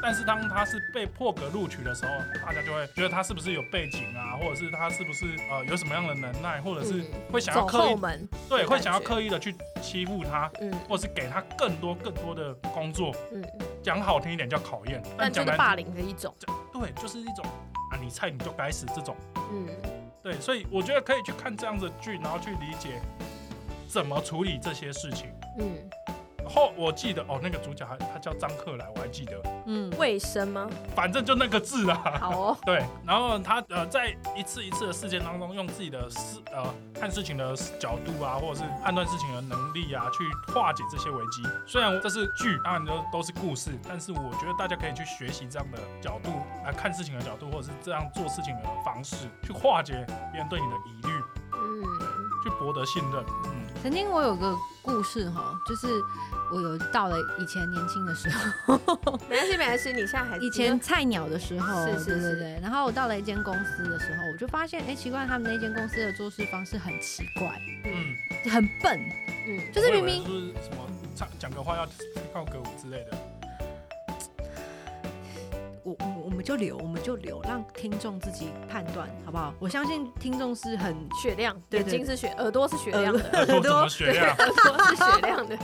Speaker 1: 但是当他是被破格录取的时候，大家就会觉得他是不是有背景啊，或者是他是不是呃有什么样的能耐，或者是会想要
Speaker 3: 嗯走
Speaker 1: 刻
Speaker 3: 后
Speaker 1: 意
Speaker 3: 门，
Speaker 1: 对
Speaker 3: 的
Speaker 1: 会
Speaker 3: 感
Speaker 1: 想要
Speaker 3: 觉
Speaker 1: 刻意的去欺负他，
Speaker 3: 嗯
Speaker 1: 或是给他更多更多的工作。
Speaker 3: 嗯，
Speaker 1: 讲好听一点叫考验，
Speaker 3: 但
Speaker 1: 讲
Speaker 3: 这
Speaker 1: 难听
Speaker 3: 是霸凌的一种，
Speaker 1: 对，就是一种啊你菜你就该死这种。
Speaker 3: 嗯，
Speaker 1: 对，所以我觉得可以去看这样的剧，然后去理解怎么处理这些事情。
Speaker 3: 嗯，
Speaker 1: 然后我记得哦，那个主角还他叫张克莱，我还记得，
Speaker 2: 嗯，
Speaker 3: 卫生 *laughs* 吗？
Speaker 1: 反正就那个字啊。
Speaker 3: 好哦，
Speaker 1: 对，然后他呃，在一次一次的事件当中，用自己的思呃看事情的角度啊，或者是判断事情的能力啊，去化解这些危机。虽然这是剧，当然都都是故事，但是我觉得大家可以去学习这样的角度来、看事情的角度，或者是这样做事情的方式，去化解别人对你的疑虑，
Speaker 3: 嗯。
Speaker 1: 去博得信任。嗯，
Speaker 4: 曾经我有个故事哈，就是我有到了以前年轻的时
Speaker 2: *laughs*
Speaker 4: 候，
Speaker 3: 没关系，没关系，你现在还
Speaker 4: 以前菜鸟的时候，
Speaker 3: 是是
Speaker 4: 对
Speaker 3: 是
Speaker 4: 对对。然后我到了一间公司的时候，我就发现，哎、奇怪，他们那间公司的做事方式很奇怪，
Speaker 1: 嗯，
Speaker 4: 很笨，
Speaker 3: 嗯，
Speaker 4: 就是
Speaker 1: 我以
Speaker 4: 明
Speaker 1: 为
Speaker 4: 明
Speaker 1: 是什么唱讲个话要跳个舞之类的。
Speaker 2: 我我我们就留，我们就留，让听众自己判断好不好？我相信听众是很
Speaker 3: 雪亮，
Speaker 2: 对
Speaker 3: 眼
Speaker 2: 对
Speaker 3: 睛是雪，耳朵是雪亮的，
Speaker 1: *laughs* 耳朵怎么学呀、
Speaker 3: 耳朵是雪亮 *laughs* 的，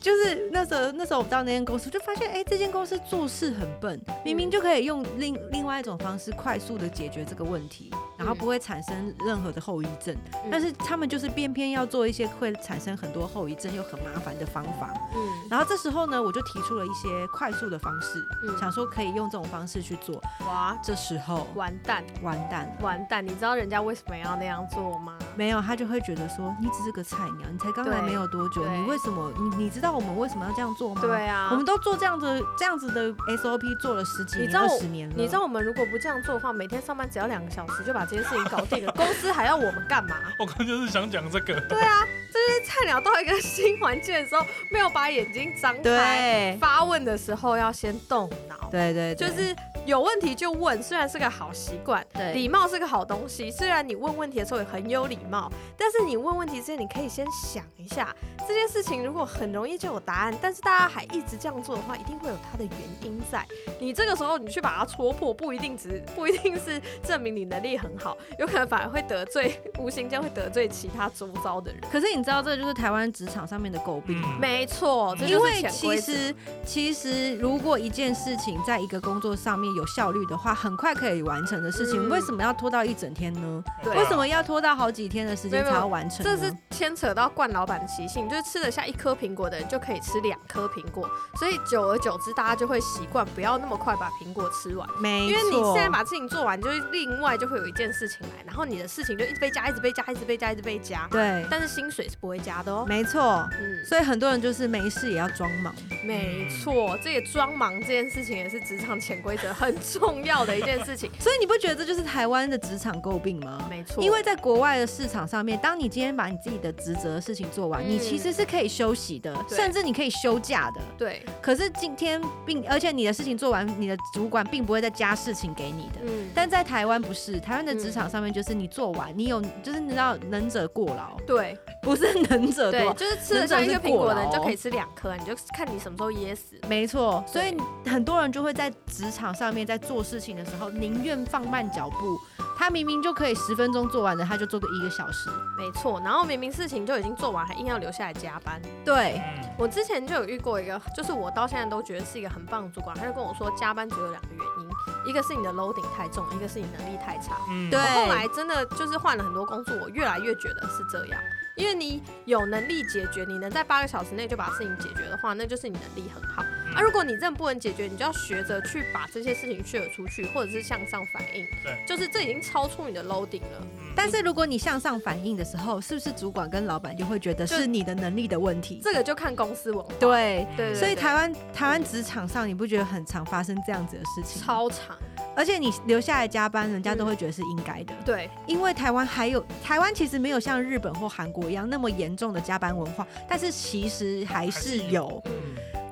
Speaker 2: 就是那时候，那时候我到那间公司，就发现，哎、这间公司做事很笨，明明就可以用另另外一种方式快速的解决这个问题，然后不会产生任何的后遗症，
Speaker 3: 嗯
Speaker 2: 但是他们就是偏偏要做一些会产生很多后遗症又很麻烦的方法。
Speaker 3: 嗯
Speaker 2: 然后这时候呢，我就提出了一些快速的方式，
Speaker 3: 嗯
Speaker 2: 想说可以用这种方式去做。
Speaker 3: 哇，
Speaker 2: 这时候
Speaker 3: 完蛋，
Speaker 2: 完蛋了。
Speaker 3: 完蛋！你知道人家为什么要那样做吗？
Speaker 2: 没有，他就会觉得说你只是个菜鸟，你才刚来
Speaker 3: 对
Speaker 2: 没有多久，
Speaker 3: 对
Speaker 2: 你为什么你你知道我们为什么要这样做吗？
Speaker 3: 对啊，
Speaker 2: 我们都做这样子这样子的 SOP 做了十几
Speaker 3: 你
Speaker 2: 年、
Speaker 3: 知道
Speaker 2: 二
Speaker 3: 我
Speaker 2: 十年了。
Speaker 3: 你知道我们如果不这样做的话，每天上班只要两个小时就把这件事情搞定 *laughs* 了，公司还要我们干嘛？
Speaker 1: 我刚就是想讲这个。
Speaker 3: 对啊，这些菜鸟到一个新环境的时候，没有把眼睛张开
Speaker 2: 对
Speaker 3: 发问的时候要先动脑，
Speaker 2: 对对，对
Speaker 3: 就是有问题就问，虽然是个好习惯，
Speaker 2: 对
Speaker 3: 礼貌是个好东西。虽然你问问题的时候也很有礼貌，但是你问问题之前，你可以先想一下这件事情，如果很容易就有答案，但是大家还一直这样做的话，一定会有它的原因在。你这个时候你去把它戳破，不一定只不一定是证明你能力很好，有可能反而会得罪，无形间会得罪其他周遭的人。
Speaker 2: 可是你知道，这就是台湾职场上面的诟病。
Speaker 1: 嗯，
Speaker 3: *laughs* 没错，这
Speaker 2: 因
Speaker 3: 就
Speaker 2: 为
Speaker 3: 是潜
Speaker 2: 其
Speaker 3: 规则
Speaker 2: 实，其实如果一件事情在一个工作上面有效率的话，很快可以完成的事情，
Speaker 3: 嗯
Speaker 2: 为什么要拖到一整天呢？
Speaker 1: 对啊
Speaker 2: 为什么要拖到好几天的时间才要完成呢？
Speaker 3: 这是牵扯到惯老板的习性，就是吃得下一颗苹果的人就可以吃两颗苹果，所以久而久之，大家就会习惯不要那么快把苹果吃完，
Speaker 2: 没
Speaker 3: 因为你
Speaker 2: 错
Speaker 3: 现在把事情做完，就是另外就会有一件事情来，然后你的事情就一直被加，一直被加，一直被加，一直被加，
Speaker 2: 对，
Speaker 3: 但是薪水是不会加的哦。
Speaker 2: 没错。
Speaker 3: 嗯，
Speaker 2: 所以很多人就是没事也要装忙，
Speaker 3: 没错，这也装忙这件事情也是职场潜规则很重要的一件事情。
Speaker 2: 所以你不觉得这就是台湾的职场诟病吗？
Speaker 3: *laughs* 没错，
Speaker 2: 因为在国外的市场上面，当你今天把你自己的职责的事情做完，
Speaker 3: 嗯
Speaker 2: 你其实是可以休息的，
Speaker 3: 对
Speaker 2: 甚至你可以休假的。
Speaker 3: 对，
Speaker 2: 可是今天并而且你的事情做完，你的主管并不会再加事情给你的。
Speaker 3: 嗯，
Speaker 2: 但在台湾不是，台湾的职场上面就是你做完，你有就是你知道能者过劳，
Speaker 3: 对
Speaker 2: 不是能者过
Speaker 3: 对，
Speaker 2: 劳，
Speaker 3: 就是哦吃得
Speaker 2: 能者
Speaker 3: 下一
Speaker 2: 是
Speaker 3: 个苹果的人
Speaker 2: 过劳
Speaker 3: 就可以吃两颗，你就看你什么时候噎死。
Speaker 2: 没错，所
Speaker 3: 对
Speaker 2: 以很多人就会在职场上面，在做事情的时候，宁愿放慢脚步。他明明就可以十分钟做完的，他就做个一个小时。
Speaker 3: 没错，然后明明事情就已经做完，还硬要留下来加班。
Speaker 2: 对，
Speaker 1: 嗯
Speaker 3: 我之前就有遇过一个，就是我到现在都觉得是一个很棒的主管，他就跟我说，加班只有两个原因，一个是你的 loading 太重，一个是你能力太差。
Speaker 1: 嗯
Speaker 2: 对
Speaker 3: 我后来真的就是换了很多工作，我越来越觉得是这样，因为你有能力解决，你能在八个小时内就把事情解决的话，那就是你能力很好。啊，如果你真的不能解决，你就要学着去把这些事情 share 出去，或者是向上反应。
Speaker 1: 对，
Speaker 3: 就是这已经超出你的 loading 了。
Speaker 1: 嗯
Speaker 2: 但是如果你向上反映的时候，是不是主管跟老板就会觉得
Speaker 3: 就是
Speaker 2: 你的能力的问题？
Speaker 3: 这个就看公司文化。
Speaker 2: 对，
Speaker 3: 对
Speaker 2: 所以台湾台湾职场上，你不觉得很常发生这样子的事情？，
Speaker 3: 超长，
Speaker 2: 而且你留下来加班，人家都会觉得是应该的，
Speaker 3: 对，
Speaker 2: 因为台湾还有台湾其实没有像日本或韩国一样那么严重的加班文化，但是其实还
Speaker 1: 还
Speaker 2: 是
Speaker 1: 是有
Speaker 2: 有。
Speaker 1: 嗯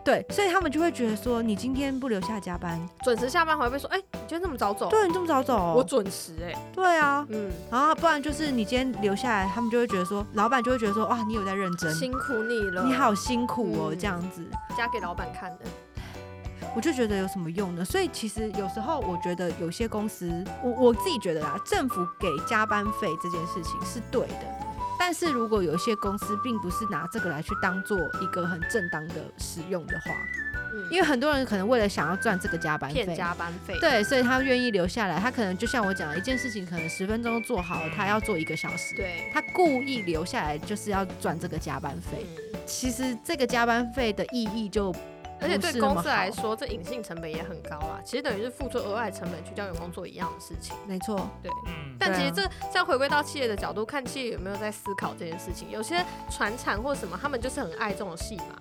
Speaker 2: 对，所以他们就会觉得说，你今天不留下加班，
Speaker 3: 准时下班还会被说，哎、你今天这么早走？
Speaker 2: 对你这么早走哦、
Speaker 3: 我准时、哎，
Speaker 2: 对啊，
Speaker 3: 嗯，
Speaker 2: 然后不然就是你今天留下来，他们就会觉得说，老板就会觉得说，哇，你有在认真，
Speaker 3: 辛苦你了，
Speaker 2: 你，好辛苦哦、
Speaker 3: 嗯
Speaker 2: 这样子，
Speaker 3: 加给老板看的，
Speaker 2: 我就觉得有什么用呢？所以其实有时候我觉得有些公司，我我自己觉得啦，政府给加班费这件事情是对的。但是如果有些公司并不是拿这个来去当做一个很正当的使用的话，
Speaker 3: 嗯，
Speaker 2: 因为很多人可能为了想要赚这个加班费，
Speaker 3: 骗加班费，，
Speaker 2: 对，所以他愿意留下来。他可能就像我讲的，一件事情可能十分钟做好，他要做一个小时。
Speaker 3: 对，
Speaker 2: 他故意留下来就是要赚这个加班费。
Speaker 3: 嗯，
Speaker 2: 其实这个加班费的意义就
Speaker 3: 而且
Speaker 2: 不
Speaker 3: 对
Speaker 2: 是那
Speaker 3: 公
Speaker 2: 么
Speaker 3: 司来
Speaker 2: 好
Speaker 3: 说，这隐性成本也很高啦，其实等于是付出额外成本去叫员工做一样的事情，
Speaker 2: 没错，
Speaker 3: 对。
Speaker 1: 嗯
Speaker 3: 但
Speaker 2: 对
Speaker 3: 其
Speaker 2: 啊
Speaker 3: 实这再回归到企业的角度，看企业有没有在思考这件事情。有些传产或什么，他们就是很爱这种戏嘛。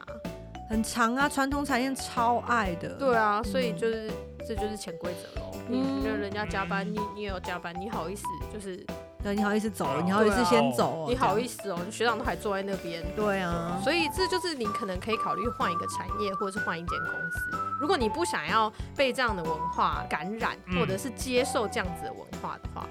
Speaker 2: 很长啊，传统产业超爱的。
Speaker 3: 对啊，所以
Speaker 2: 嗯
Speaker 3: 就是、这就是潜规则喽。你
Speaker 2: 嗯
Speaker 3: 觉得人家加班，你你也要加班，你好意思就是
Speaker 2: 对，你好意思走了，你
Speaker 1: 对啊
Speaker 2: 好意思先走、哦，
Speaker 3: 你好
Speaker 2: 这
Speaker 3: 意思哦，你学长都还坐在那边。
Speaker 2: 样。对啊，
Speaker 3: 所以这就是你可能可以考虑换一个产业，或者是换一间公司。如果你不想要被这样的文化感染，
Speaker 1: 嗯
Speaker 3: 或者是接受这样子的文化的话，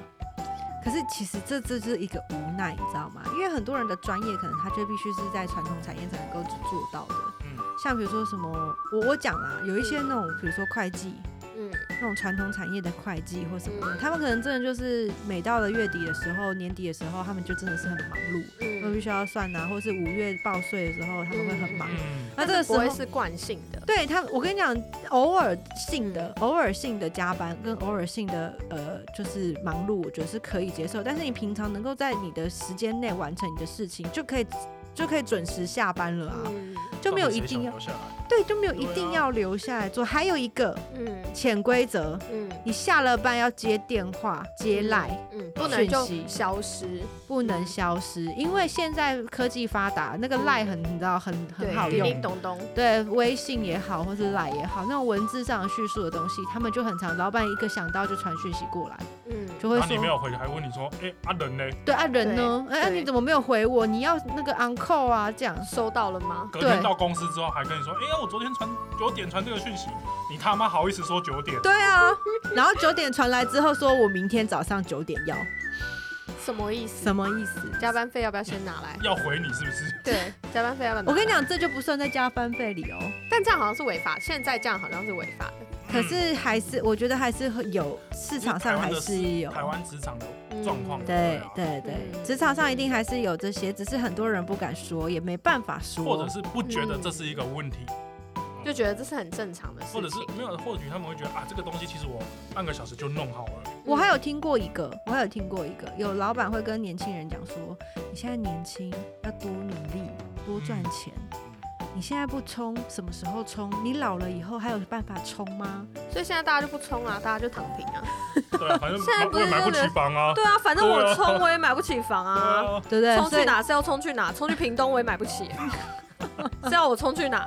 Speaker 2: 可是其实这这就是一个无奈，你知道吗？因为很多人的专业可能他就必须是在传统产业才能够做到的。
Speaker 1: 嗯
Speaker 2: 像比如说什么，我我讲啦，有一些那种比如说会计，
Speaker 3: 嗯，
Speaker 2: 那种传统产业的会计或什么的，
Speaker 3: 嗯
Speaker 2: 他们可能真的就是每到了月底的时候、年底的时候，他们就真的是很忙碌，他们必
Speaker 3: 嗯，
Speaker 2: 须要算啊呐、或是五月报税的时候，他们会很忙。
Speaker 1: 嗯
Speaker 2: 那这
Speaker 3: 但
Speaker 2: 个
Speaker 3: 是不会
Speaker 2: 时候，
Speaker 3: 是惯性的。
Speaker 2: 对他，我跟你讲，偶尔性的、
Speaker 3: 嗯
Speaker 2: 偶尔性的加班跟偶尔性的呃，就是忙碌，我觉得是可以接受。但是你平常能够在你的时间内完成你的事情，就可以就可以准时下班了啊，
Speaker 3: 嗯
Speaker 2: 就没有一定要
Speaker 1: 到底谁想留下来
Speaker 2: 对，就没有
Speaker 1: 对
Speaker 2: 一
Speaker 1: 啊
Speaker 2: 定要留下来做。还有一个
Speaker 3: 嗯
Speaker 2: 潜规则，
Speaker 3: 嗯，
Speaker 2: 你下了班要接电话、接赖，
Speaker 3: 嗯，不能就
Speaker 2: 讯息
Speaker 3: 消失，
Speaker 2: 不能消失，因为现在科技发达，那个赖很你知道很很
Speaker 3: 对
Speaker 2: 好
Speaker 3: 叮
Speaker 2: 用
Speaker 3: 叮。咚咚。
Speaker 2: 对，微信也好，或是赖也好，那种文字上的叙述的东西，他们就很常，老板一个想到就传讯息过来，
Speaker 3: 嗯，
Speaker 2: 就会
Speaker 1: 然后啊你没
Speaker 2: 说，
Speaker 1: 有回，还问你说，哎，阿仁呢？
Speaker 2: 对啊人呢？哎、啊
Speaker 3: 对
Speaker 2: 你怎么没有回我？你要那个 uncle 啊，这样。
Speaker 3: 收到了吗？
Speaker 1: 隔天
Speaker 2: 对
Speaker 1: 到到公司之后还跟你说，哎、呀，我昨天传九点传这个讯息，你他妈好意思说九点？
Speaker 2: 对啊，然后九点传来之后，说我明天早上九点要，
Speaker 3: 什么意思？
Speaker 2: 什么意思？
Speaker 3: 加班费要不要先拿来？
Speaker 1: 要回你是不是？
Speaker 3: 对，加班费要不要拿来？
Speaker 2: 我跟你讲，这就不算在加班费里哦。
Speaker 3: 但这样好像是违法，现在这样好像是违法的。
Speaker 1: 嗯
Speaker 2: 可是还是，我觉得还是会有市场上还是有
Speaker 1: 台湾啊职场的状况、
Speaker 2: 对对对，
Speaker 3: 嗯
Speaker 2: 职场上一定还是有这些，只是很多人不敢说，也没办法
Speaker 1: 或者
Speaker 2: 说。
Speaker 1: 是不觉得这是一个问题，
Speaker 2: 嗯
Speaker 3: 就觉得这是很正常的事
Speaker 1: 或者是
Speaker 3: 情。
Speaker 1: 没有，或许他们会觉得啊，这个东西其实我半个小时就弄好了。
Speaker 2: *laughs* 我还有听过一个，我还有听过一个，有老板会跟年轻人讲说，你现在年轻，要多努力，多
Speaker 1: 嗯
Speaker 2: 赚钱。你现在不冲，什么时候冲？你老了以后还有办法冲吗？
Speaker 3: 所以现在大家就不冲啊，大家就躺平啊。
Speaker 1: 对啊，反正
Speaker 3: 现在不
Speaker 1: 我
Speaker 3: 是
Speaker 1: 也买不起房啊。
Speaker 3: 对啊，反正
Speaker 1: 对啊
Speaker 3: 我冲我也买不起房啊。
Speaker 1: 啊，
Speaker 2: 对不对？
Speaker 3: 冲
Speaker 2: 所以
Speaker 3: 去哪是要冲去哪，冲去屏东我也买不 *laughs* 起，是要我冲去哪？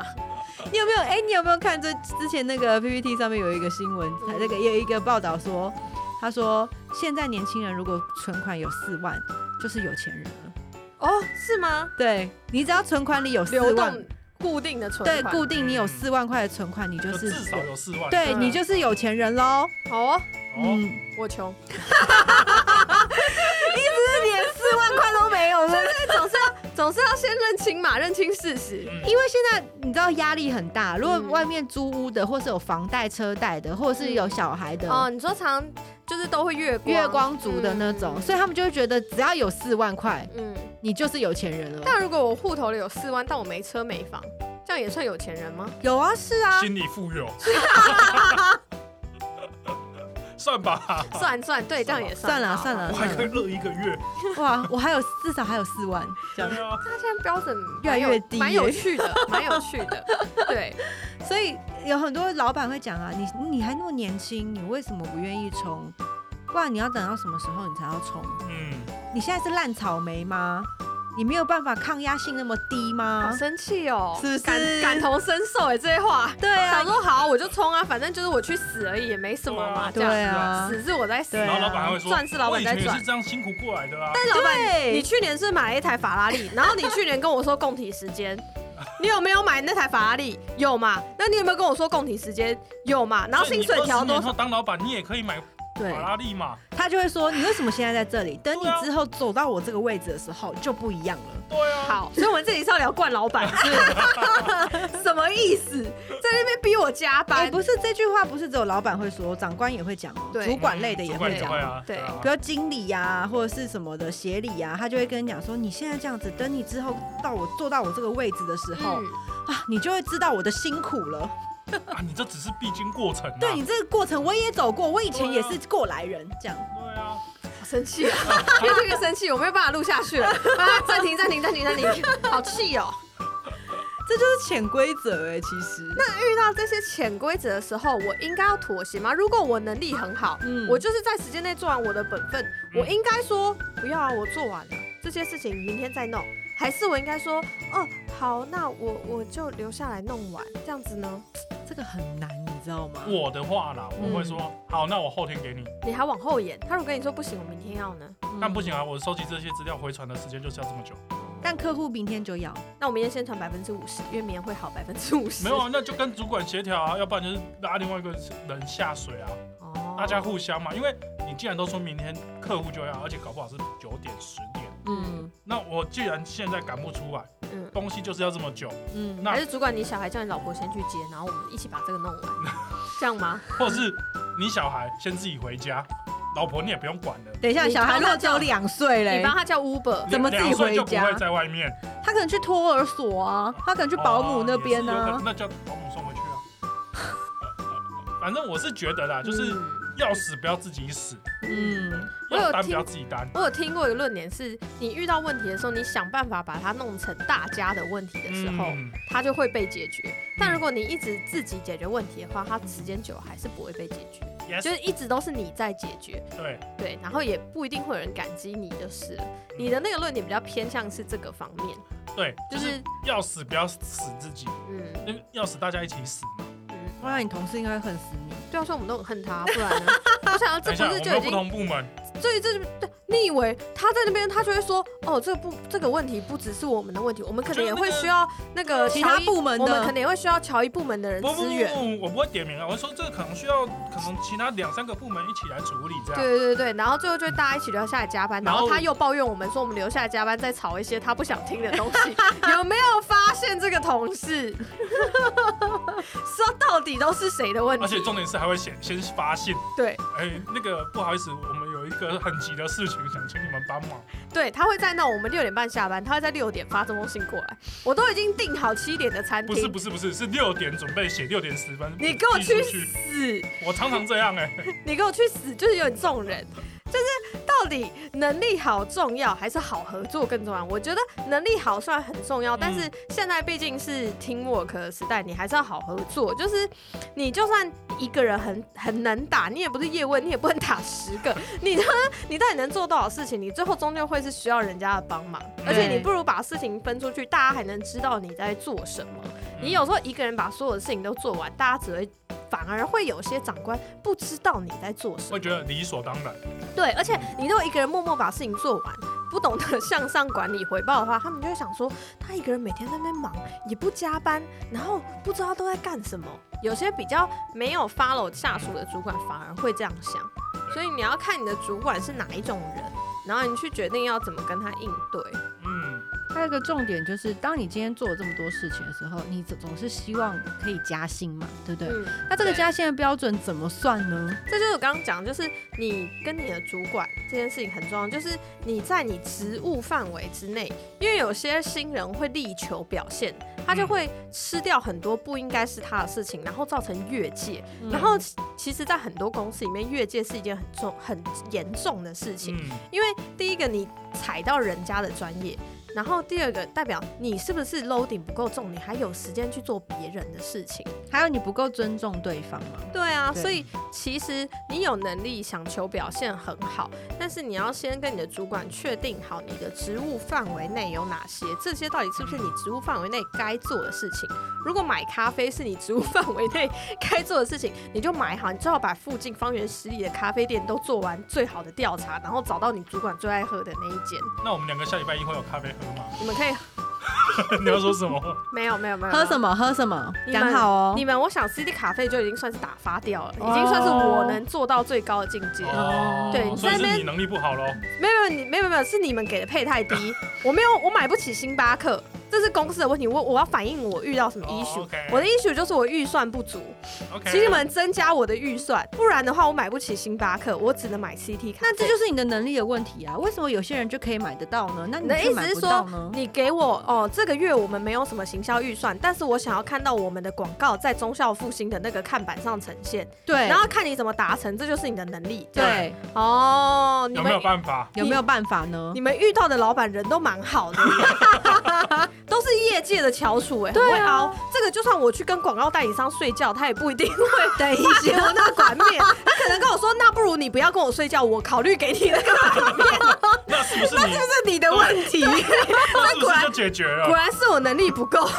Speaker 2: 你有没有？哎、你有没有看这之前那个 PPT 上面有一个新闻，它那个也有一个报道说，他说现在年轻人如果存款有四万，就是有钱人了。
Speaker 3: 哦，是吗？
Speaker 2: 对你只要存款里有四
Speaker 3: *laughs* 流
Speaker 2: 万
Speaker 3: 动，固定的存
Speaker 2: 对，
Speaker 3: 款，
Speaker 2: 固定你有四万块的存款，你就
Speaker 1: 就是至少有啊四万。
Speaker 2: 啊对
Speaker 3: 嗯
Speaker 2: 你就是有钱人喽。
Speaker 3: 好哦，
Speaker 1: 哦，
Speaker 2: 嗯，
Speaker 3: 我穷，
Speaker 2: 连四万块都没有了，
Speaker 3: 总是要总是要先认清嘛，认清事实。
Speaker 1: 嗯
Speaker 2: 因为现在你知道压力很大，如果
Speaker 3: 嗯
Speaker 2: 外面租屋的，或是有房贷、车贷的，或者是有小孩的。
Speaker 3: 哦，你嗯说常就是都会月光
Speaker 2: 月光族的那种，所以他们就会觉得只要有四万块，
Speaker 3: 嗯，嗯
Speaker 2: 你就是有钱人了。
Speaker 3: 但如果我户头里有四万，但我没车没房，这样也算有钱人吗？
Speaker 2: 有啊，是啊，
Speaker 1: 心理富
Speaker 2: *laughs*
Speaker 1: 有，算吧，
Speaker 3: 算算，对，这样也
Speaker 2: 算了
Speaker 3: 好
Speaker 2: 算了
Speaker 1: 啊我还可以饿一个月。
Speaker 2: 哇，我还有至少还有四万，这样
Speaker 1: 对啊，
Speaker 3: 他现在标准
Speaker 2: 越来
Speaker 3: 蛮有
Speaker 2: 越低
Speaker 3: 蛮
Speaker 2: 耶
Speaker 3: 有
Speaker 2: *laughs*
Speaker 3: 趣的，蛮有趣的。对，
Speaker 2: 所以有很多老板会讲啊，你你还那么年轻，你为什么不愿意冲？不然你要等到什么时候你才要冲？
Speaker 1: 嗯，
Speaker 2: 你现在是烂草莓吗？你没有办法抗压性那么低
Speaker 3: 好
Speaker 2: 吗？
Speaker 3: 生气哦，
Speaker 2: 是不是
Speaker 3: 感感同身受哎，这些话。
Speaker 2: 对
Speaker 3: 想
Speaker 2: 啊，
Speaker 3: 说好，我就冲啊，反正就是我去死而已，也没什么嘛，这
Speaker 2: 对
Speaker 3: 样。
Speaker 2: 啊，
Speaker 3: 死是我在死，
Speaker 2: 对啊
Speaker 1: 然后老板还会说，
Speaker 3: 赚是老
Speaker 1: 我
Speaker 3: 板
Speaker 1: 以
Speaker 3: 在
Speaker 1: 前也
Speaker 3: 赚
Speaker 1: 是。这样辛苦过来的啊。
Speaker 3: 但是老板，
Speaker 2: 对
Speaker 3: 你去年是买了一台法拉
Speaker 2: *laughs*
Speaker 3: 利，然后你去年跟我说供体时间，你有没有买那台法拉利？有嘛？那你有没有跟我说供体时间？有嘛？然后
Speaker 1: 所以
Speaker 3: 薪
Speaker 1: 你
Speaker 3: 水
Speaker 1: 20
Speaker 3: 调多
Speaker 1: 年
Speaker 3: 少？
Speaker 1: 后当老板，你也可以买
Speaker 2: 对
Speaker 1: 法，拉利嘛。
Speaker 2: 他就会说你为什么现在在这里？等你
Speaker 1: 对啊
Speaker 2: 之后走到我这个位置的时候就不一样了。
Speaker 1: 对啊，
Speaker 3: 好，所以我们这里是要聊惯老 *laughs* 板，是不是什么意思？在那边逼我加
Speaker 2: 哎、
Speaker 3: 班，
Speaker 2: 不是这句话不是只有老板会说，长官也会讲哦，
Speaker 3: 对
Speaker 2: 主管类的也
Speaker 1: 主管
Speaker 2: 会
Speaker 1: 也
Speaker 2: 讲
Speaker 1: 会。啊，
Speaker 3: 对
Speaker 1: 啊
Speaker 2: 比如经理呀、或者是什么的协理呀、他就会跟你讲说，你现在这样子，等你之后到我坐到我这个位置的时候、
Speaker 3: 嗯
Speaker 2: 啊，你就会知道我的辛苦了。
Speaker 1: 啊，你这只是必经过程啊。
Speaker 2: 对你这个过程我也走过，我以前也是过来人，这样。
Speaker 1: 对啊，
Speaker 3: 好生气 *laughs* 啊！因为这个生气，我没有办法录下去了。啊，暂停，暂停，暂停，暂停，好气哦！
Speaker 2: 这就是潜规则哎，其实。那
Speaker 3: 遇到这些潜规则的时候，我应该要妥协吗？如果我能力很好，
Speaker 2: 嗯
Speaker 3: 我就是在时间内做完我的本分，
Speaker 1: 嗯
Speaker 3: 我应该说不要啊，我做完了这些事情，明天再弄。还是我应该说，哦，好，那我我就留下来弄完，这样子呢？
Speaker 2: 这个很难，你知道吗？
Speaker 1: 我的话啦，我会说，好，那我后天给你。
Speaker 3: 你还往后延。他如果跟你说不行，我明天要呢，
Speaker 1: 但不行啊，我收集这些资料回传的时间就是要这么久。
Speaker 2: 嗯但客户明天就要。
Speaker 3: 那我明天先传百分之五十，因为明天会好百分之五十。
Speaker 1: 没有啊，那就跟主管协调啊，要不然就是拉另外一个人下水啊，
Speaker 3: 哦，
Speaker 1: 大家互相嘛。因为你既然都说明天客户就要，而且搞不好是九点十点，
Speaker 2: 嗯
Speaker 1: 那我既然现在赶不出来，
Speaker 3: 嗯，
Speaker 1: 东西就是要这么久，
Speaker 2: 嗯
Speaker 1: 那
Speaker 3: 还是主管，你小孩叫你老婆先去接，然后我们一起把这个
Speaker 1: *laughs*
Speaker 3: 弄完，这样吗？
Speaker 1: 或者是你小孩先自己回家，老婆你也不用管了，
Speaker 2: 等一下，
Speaker 3: 你
Speaker 2: 小孩
Speaker 3: 帮
Speaker 2: 如
Speaker 3: 他
Speaker 2: 果只有
Speaker 3: 叫
Speaker 2: 两岁
Speaker 3: 你
Speaker 2: 嘞，
Speaker 3: 帮他叫 Uber，
Speaker 2: 怎么自己
Speaker 1: 两岁就
Speaker 2: 回
Speaker 1: 不
Speaker 2: 家
Speaker 1: 会在外面
Speaker 2: 他可能去托儿所啊，他可能去保姆那边
Speaker 1: 哦也是有可
Speaker 2: 啊
Speaker 1: 能。那叫保姆送回去啊。反正我是觉得啦，就是
Speaker 3: 嗯
Speaker 1: 要死不要自己死，
Speaker 2: 嗯，
Speaker 3: 我有
Speaker 1: 要担不
Speaker 3: 听
Speaker 1: 要自己担。
Speaker 3: 我有听过一个论点是，你遇到问题的时候，你想办法把它弄成大家的问题的时候，
Speaker 1: 嗯
Speaker 3: 它就会被解决。但如果你一直自己解决问题的话，它时间久了还是不会被解决，就
Speaker 1: ，yes，
Speaker 3: 是一直都是你在解决，
Speaker 1: 对，
Speaker 3: 对，然后也不一定会有人感激你就是了。你的那个论点比较偏向是这个方面，
Speaker 1: 对，就
Speaker 3: 就是是
Speaker 1: 要死不要死自己，
Speaker 3: 嗯
Speaker 1: 因为要死大家一起死嘛。
Speaker 3: 嗯，
Speaker 2: 不然你同事应该会恨死你。
Speaker 3: *laughs* 对啊，所以我们都很恨他，不然呢？我想要
Speaker 1: 等
Speaker 3: 这
Speaker 1: 一
Speaker 3: 不
Speaker 1: 下，我
Speaker 3: 是
Speaker 1: 们
Speaker 3: 就
Speaker 1: 又
Speaker 3: 已
Speaker 1: 不
Speaker 3: 经
Speaker 1: 同部门，
Speaker 3: 所以这对你以为他在那边，他就会说，哦，这个不这个问题不只是我们的问题，我们可能也会需要那个
Speaker 4: 其他
Speaker 3: 乔伊
Speaker 4: 部门的
Speaker 3: 我们可能也会需要乔伊部门的人
Speaker 1: 不不
Speaker 3: 支援。
Speaker 1: 不，我不会点名啊，我说这个可能需要，可能其他两三个部门一起来处理这样。
Speaker 3: 对对对，然后最后就大家一起留下来加班，然
Speaker 1: 然
Speaker 3: 后
Speaker 1: 后
Speaker 3: 他又抱怨我们说我们留下来加班在吵一些他不想听的东
Speaker 1: *laughs*
Speaker 3: 西，有没有发现这个同事？ *laughs* 说到底都是谁的问
Speaker 1: 而且
Speaker 3: 题？
Speaker 1: 重点是还会先先发信，
Speaker 3: 对
Speaker 1: 哎、那个不好意思，我们有一个很急的事情想请你们帮忙。
Speaker 3: 对，他会在那种我们六点半下班，他会在六点发这封信过来，我都已经订好七点的餐
Speaker 1: 不是
Speaker 3: 厅，
Speaker 1: 不是不是，是六点准备写，六点十分。
Speaker 3: 你给我
Speaker 1: 寄
Speaker 3: 去
Speaker 1: 出去！
Speaker 3: 死！
Speaker 1: 我常常这样哎、
Speaker 3: 你给我去死！就是有点这种人，就是到底能力好重要还是好合作更重要？我觉得能力好虽然很重要，但是现在毕竟是 teamwork 的时代，你还是要好合作。就是你就算一个人很很能打，你也不是叶问，你也不能打十个。 *laughs* 你呢？你到底能做多少事情？你最后终究会是需要人家的帮忙，而且你不如把事情分出去，大家还能知道你在做什么。 *laughs*
Speaker 1: 嗯
Speaker 3: 你有时候一个人把所有的事情都做完，大家只会反而会有些长官不知道你在做什么
Speaker 1: 嗯会。觉得理所当然。
Speaker 3: 对，而且你如果一个人默默把事情做完，不懂得向上管理回报的话，他们就会想说，他一个人每天在那边忙，也不加班，然后不知道都在干什么。有些比较没有 follow 下属的主管反而会这样想，所以你要看你的主管是哪一种人，然后你去决定要怎么跟他应对。
Speaker 1: 嗯，
Speaker 4: 还有一个重点就是，当你今天做了这么多事情的时候，你总总是希望可以加薪嘛，对不对？
Speaker 3: 嗯，
Speaker 4: 那这个
Speaker 3: 对
Speaker 4: 加薪的标准怎么算呢？
Speaker 3: 这就是我刚刚讲的，就是你跟你的主管这件事情很重要，就是你在你职务范围之内，因为有些新人会力求表现，他就会吃掉很多不应该是他的事情，然后造成越界。
Speaker 2: 嗯
Speaker 3: 然后其其实，在很多公司里面，越界是一件很重、很严重的事情，
Speaker 1: 嗯，
Speaker 3: 因为第一个你踩到人家的专业。然后第二个代表你是不是 loading 不够重，你还有时间去做别人的事情。
Speaker 4: 还有你不够尊重对方嘛？
Speaker 3: 对啊，
Speaker 4: 对
Speaker 3: 所以其实你有能力想求表现很好，但是你要先跟你的主管确定好你的职务范围内有哪些，这些到底是不是你职务范围内该做的事情。如果买咖啡是你职务范围内该做的事情，你就买好，你最好把附近方圆十里的咖啡店都做完最好的调查，然后找到你主管最爱喝的那一间。
Speaker 1: 那我们两个下礼拜一会有咖啡喝吗？ *laughs*
Speaker 3: 你们可以
Speaker 1: 你要说什么？
Speaker 3: 没有没有没有
Speaker 4: 喝什
Speaker 3: 么？
Speaker 4: 么喝什么，
Speaker 3: 啊你们
Speaker 4: 讲好哦
Speaker 3: 你。们，我想 CD 咖啡就已经算是打发掉了，
Speaker 4: 哦
Speaker 3: 已经算是我能做到最高的境界了。
Speaker 1: 哦，
Speaker 3: 对你
Speaker 1: 所以
Speaker 3: 在
Speaker 1: 是
Speaker 3: 那边
Speaker 1: 你能力不好喽。
Speaker 3: 没有没有你没有没有是你们给的配太低，
Speaker 1: *laughs*
Speaker 3: 我没有我买不起星巴克，这是公司的问题。我我要反映我遇到什么 issue，、
Speaker 1: 哦，OK
Speaker 3: 我的 issue 就是我预算不足，
Speaker 1: OK，
Speaker 3: 请你们增加我的预算，不然的话我买不起星巴克，我只能买 CT 卡。
Speaker 4: 那这就是你的能力的问题啊！为什么有些人就可以买得到呢？那
Speaker 3: 你
Speaker 4: 你
Speaker 3: 的
Speaker 4: 却
Speaker 3: 意
Speaker 4: 买
Speaker 3: 思
Speaker 4: 不
Speaker 3: 是
Speaker 4: 到
Speaker 3: 说
Speaker 4: 呢，？
Speaker 3: 你给我哦，这个月我们没有什么行销预算，但是我想要看到我们的广告在忠孝复兴的那个看板上呈现，
Speaker 4: 对
Speaker 3: 然后看你怎么达成，这就是你的能力。这样
Speaker 4: 对，
Speaker 3: 哦，你
Speaker 1: 有
Speaker 3: 们
Speaker 1: 没有办法？
Speaker 4: 有没有办法呢
Speaker 3: 你？们遇到的老板人都蛮好 *laughs* 的，都是业界的翘楚哎、很会凹。这个就算我去跟广告代理商睡觉，他也不一定会 *laughs*
Speaker 4: 等一
Speaker 3: 给我那管面，他可能跟我说，那不如你不要跟我睡觉，我考虑给你那个
Speaker 1: 那是不是
Speaker 3: *laughs*
Speaker 1: 你？
Speaker 3: 是你的问题。
Speaker 1: 那是不
Speaker 3: 果
Speaker 1: 是
Speaker 3: 然
Speaker 1: 就解决
Speaker 3: 果
Speaker 1: 了？
Speaker 3: 然是我能力不够。
Speaker 4: *laughs*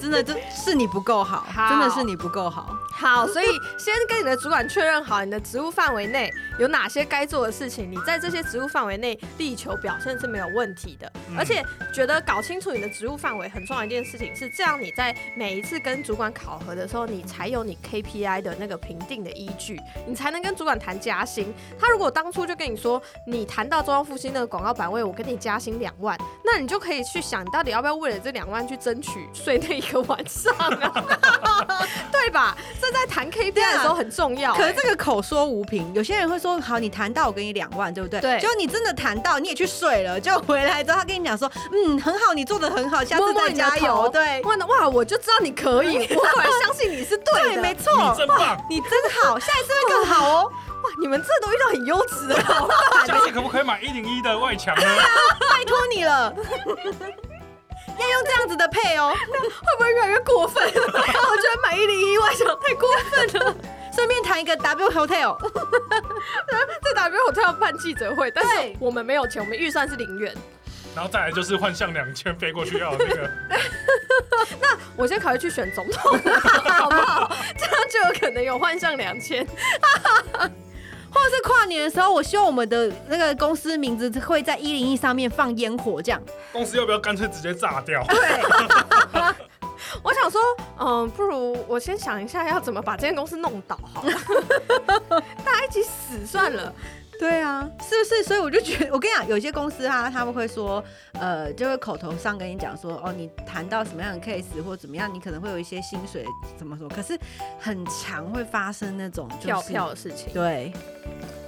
Speaker 4: 真的，真是你不够好，
Speaker 3: 好
Speaker 4: 真的是你不够好。
Speaker 3: 好，所以先跟你的主管确认好你的职务范围内有哪些该做的事情，你在这些职务范围内力求表现是没有问题的。
Speaker 1: 嗯
Speaker 3: 而且觉得搞清楚你的职务范围很重要一件事情是，这样你在每一次跟主管考核的时候，你才有你 KPI 的那个评定的依据，你才能跟主管谈加薪。他如果当初就跟你说，你谈到中央复兴那个广告版位，我给你加薪两万，那你就可以去想，你到底要不要为了这两万去争取睡那一个晚上 *laughs* 啊？对吧？这在谈 KPI 的时候很重要、
Speaker 4: 可是这个口说无凭，有些人会说，好，你谈到我给你两万，对不对？
Speaker 3: 对
Speaker 4: 就你真的谈到，你也去睡了，就回来之后，他跟你讲说，嗯，很好，你做的很好，下次
Speaker 3: 摸摸
Speaker 4: 再
Speaker 3: 你的
Speaker 4: 加
Speaker 3: 头
Speaker 4: 油。
Speaker 3: *laughs*
Speaker 4: 对，
Speaker 3: 问的哦哇，我就知道你可 *laughs* 以，我果然相信你是对的。
Speaker 4: 没错，
Speaker 1: 你真棒！
Speaker 4: 你真好，下一次会更好哦。
Speaker 3: *laughs* 哇，你们这都遇到很优质的老板
Speaker 1: 下次可不可以买一零一的外墙呢？
Speaker 4: 拜托你 *laughs* 了，要用这样子的配哦。
Speaker 3: 会不会越来越过 *laughs* 分？我觉得买一零一外想太过分了。
Speaker 4: 顺便谈一个 W Hotel，
Speaker 3: 在 W 我 o 要办记者会，但是
Speaker 4: 对
Speaker 3: 我们没有钱，我们预算是零元。
Speaker 1: 然后再来就是幻象两千飞过去要有那个，
Speaker 3: 我先考虑去选总 *laughs* 统，好不好？这样就有可能有幻象两千。
Speaker 2: 或者是跨年的时候，我希望我们的那个公司名字会在一零一上面放烟火，这样
Speaker 1: 公司要不要干脆直接炸掉？
Speaker 3: 我想说，嗯，不如我先想一下要怎么把这间公司弄倒好
Speaker 2: *laughs*
Speaker 3: 了，大家一起死算了。
Speaker 2: 对啊，是不是？所以我就觉得，我跟你讲，有些公司啊，他们会说，呃，就会口头上跟你讲说，哦，你谈到什么样的 case 或怎么样，你可能会有一些薪水怎么说，可是很常会发生那种、就是、
Speaker 3: 跳票的事情，
Speaker 2: 对，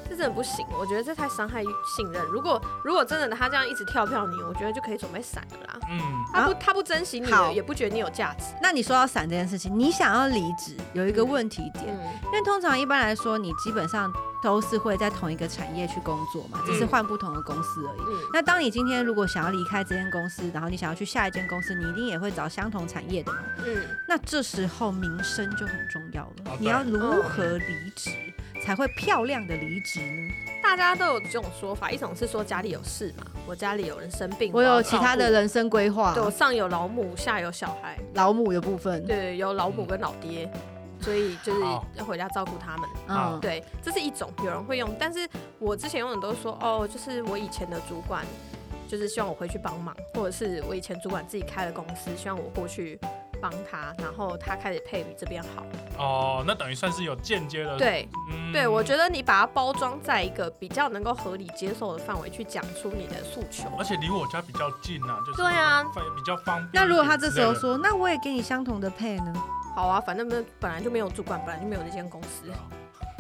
Speaker 3: 这真的不行，我觉得这太伤害信任。如果如果真的他这样一直跳票你，我觉得就可以准备闪了啦。
Speaker 1: 嗯，
Speaker 3: 他不他不珍惜你
Speaker 2: 好
Speaker 3: 了，也不觉得你有价值。
Speaker 2: 那你说到伞这件事情，你想要离职，有一个问题点，
Speaker 3: 嗯，
Speaker 2: 因为通常一般来说，你基本上都是会在同一个产业去工作嘛，只是
Speaker 1: 嗯
Speaker 2: 换不同的公司而已。
Speaker 3: 嗯
Speaker 2: 那当你今天如果想要离开这间公司，然后你想要去下一间公司，你一定也会找相同产业的嘛。
Speaker 3: 嗯，
Speaker 2: 那这时候名声就很重要了
Speaker 1: 啊，
Speaker 2: 你要如何离职才会漂亮的离职呢？
Speaker 3: 大家都有这种说法，一种是说家里有事嘛，我家里有人生病，
Speaker 2: 我
Speaker 3: 要
Speaker 2: 有
Speaker 3: 照
Speaker 2: 其他的
Speaker 3: 顾，
Speaker 2: 人生规划，
Speaker 3: 对我上有老母，下有小孩，
Speaker 2: 老母的部分，
Speaker 3: 对，有老母跟老爹，所以就是
Speaker 1: 嗯好
Speaker 3: 要回家照顾他们。
Speaker 1: 好
Speaker 2: 嗯，
Speaker 3: 对，这是一种有人会用，但是我之前用的都是说哦，就是我以前的主管，就是希望我回去帮忙，或者是我以前主管自己开了公司，希望我过去帮他，然后他开始配比这边好。
Speaker 1: 哦，那等于算是有间接的。，
Speaker 3: 对
Speaker 1: 嗯
Speaker 3: 对，我觉得你把它包装在一个比较能够合理接受的范围去讲出你的诉求。
Speaker 1: 而且离我家比较近啊，就是
Speaker 3: 对啊
Speaker 1: 方比较方便。
Speaker 2: 那如果他这时候，说，那我也给你相同的配呢，
Speaker 3: 好啊，反正没有本来就没有主管，本来就没有那间公司。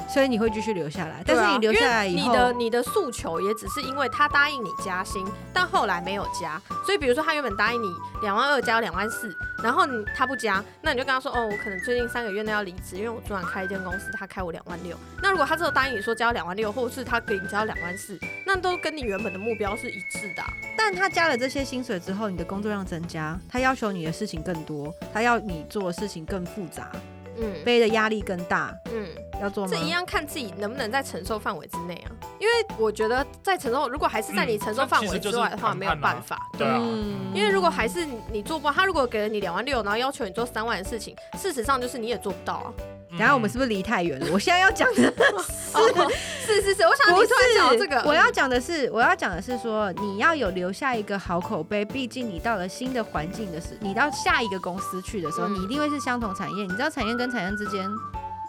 Speaker 2: 所以你会继续留下来，
Speaker 3: 对
Speaker 2: 但
Speaker 3: 啊
Speaker 2: 是你留下来以
Speaker 3: 因为
Speaker 2: 后
Speaker 3: 你，的你的诉求也只是因为他答应你加薪，但后来没有加，所以比如说他原本答应你两万二加到两万四，然后你他不加，那你就跟他说哦，我可能最近三个月内要离职，因为我昨晚开一间公司，他开我两万六。那如果他之后答应你说加到两万六，或者是他给你加到两万四，那都跟你原本的目标是一致的啊、
Speaker 2: 但他加了这些薪水之后，你的工作量增加，他要求你的事情更多，他要你做的事情更复杂，
Speaker 3: 嗯
Speaker 2: 背的压力更大，
Speaker 3: 嗯。
Speaker 2: 要做吗
Speaker 3: 这？一样看自己能不能在承受范围之内啊，因为我觉得在承受，如果还是在你承受范围之外的话，
Speaker 1: 嗯
Speaker 3: 没
Speaker 1: 那其实就是
Speaker 3: 有
Speaker 1: 谈判啊
Speaker 3: 办法。
Speaker 1: 对啊，
Speaker 2: 嗯
Speaker 3: 因为如果还是你你做不到，他如果给了你两万六，然后要求你做三万的事情，事实上就是你也做不到啊。
Speaker 1: 嗯
Speaker 2: 然后我们是不是离太远了？我现在要讲的
Speaker 3: 哦 *laughs* 是是是，我想
Speaker 2: 不
Speaker 3: 你
Speaker 2: 是
Speaker 3: 突然讲到这个，
Speaker 2: 我要讲的是，我要讲的是说，你要有留下一个好口碑。毕竟你到了新的环境的时，你到下一个公司去的时候，
Speaker 3: 嗯
Speaker 2: 你一定会是相同产业。你知道产业跟产业之间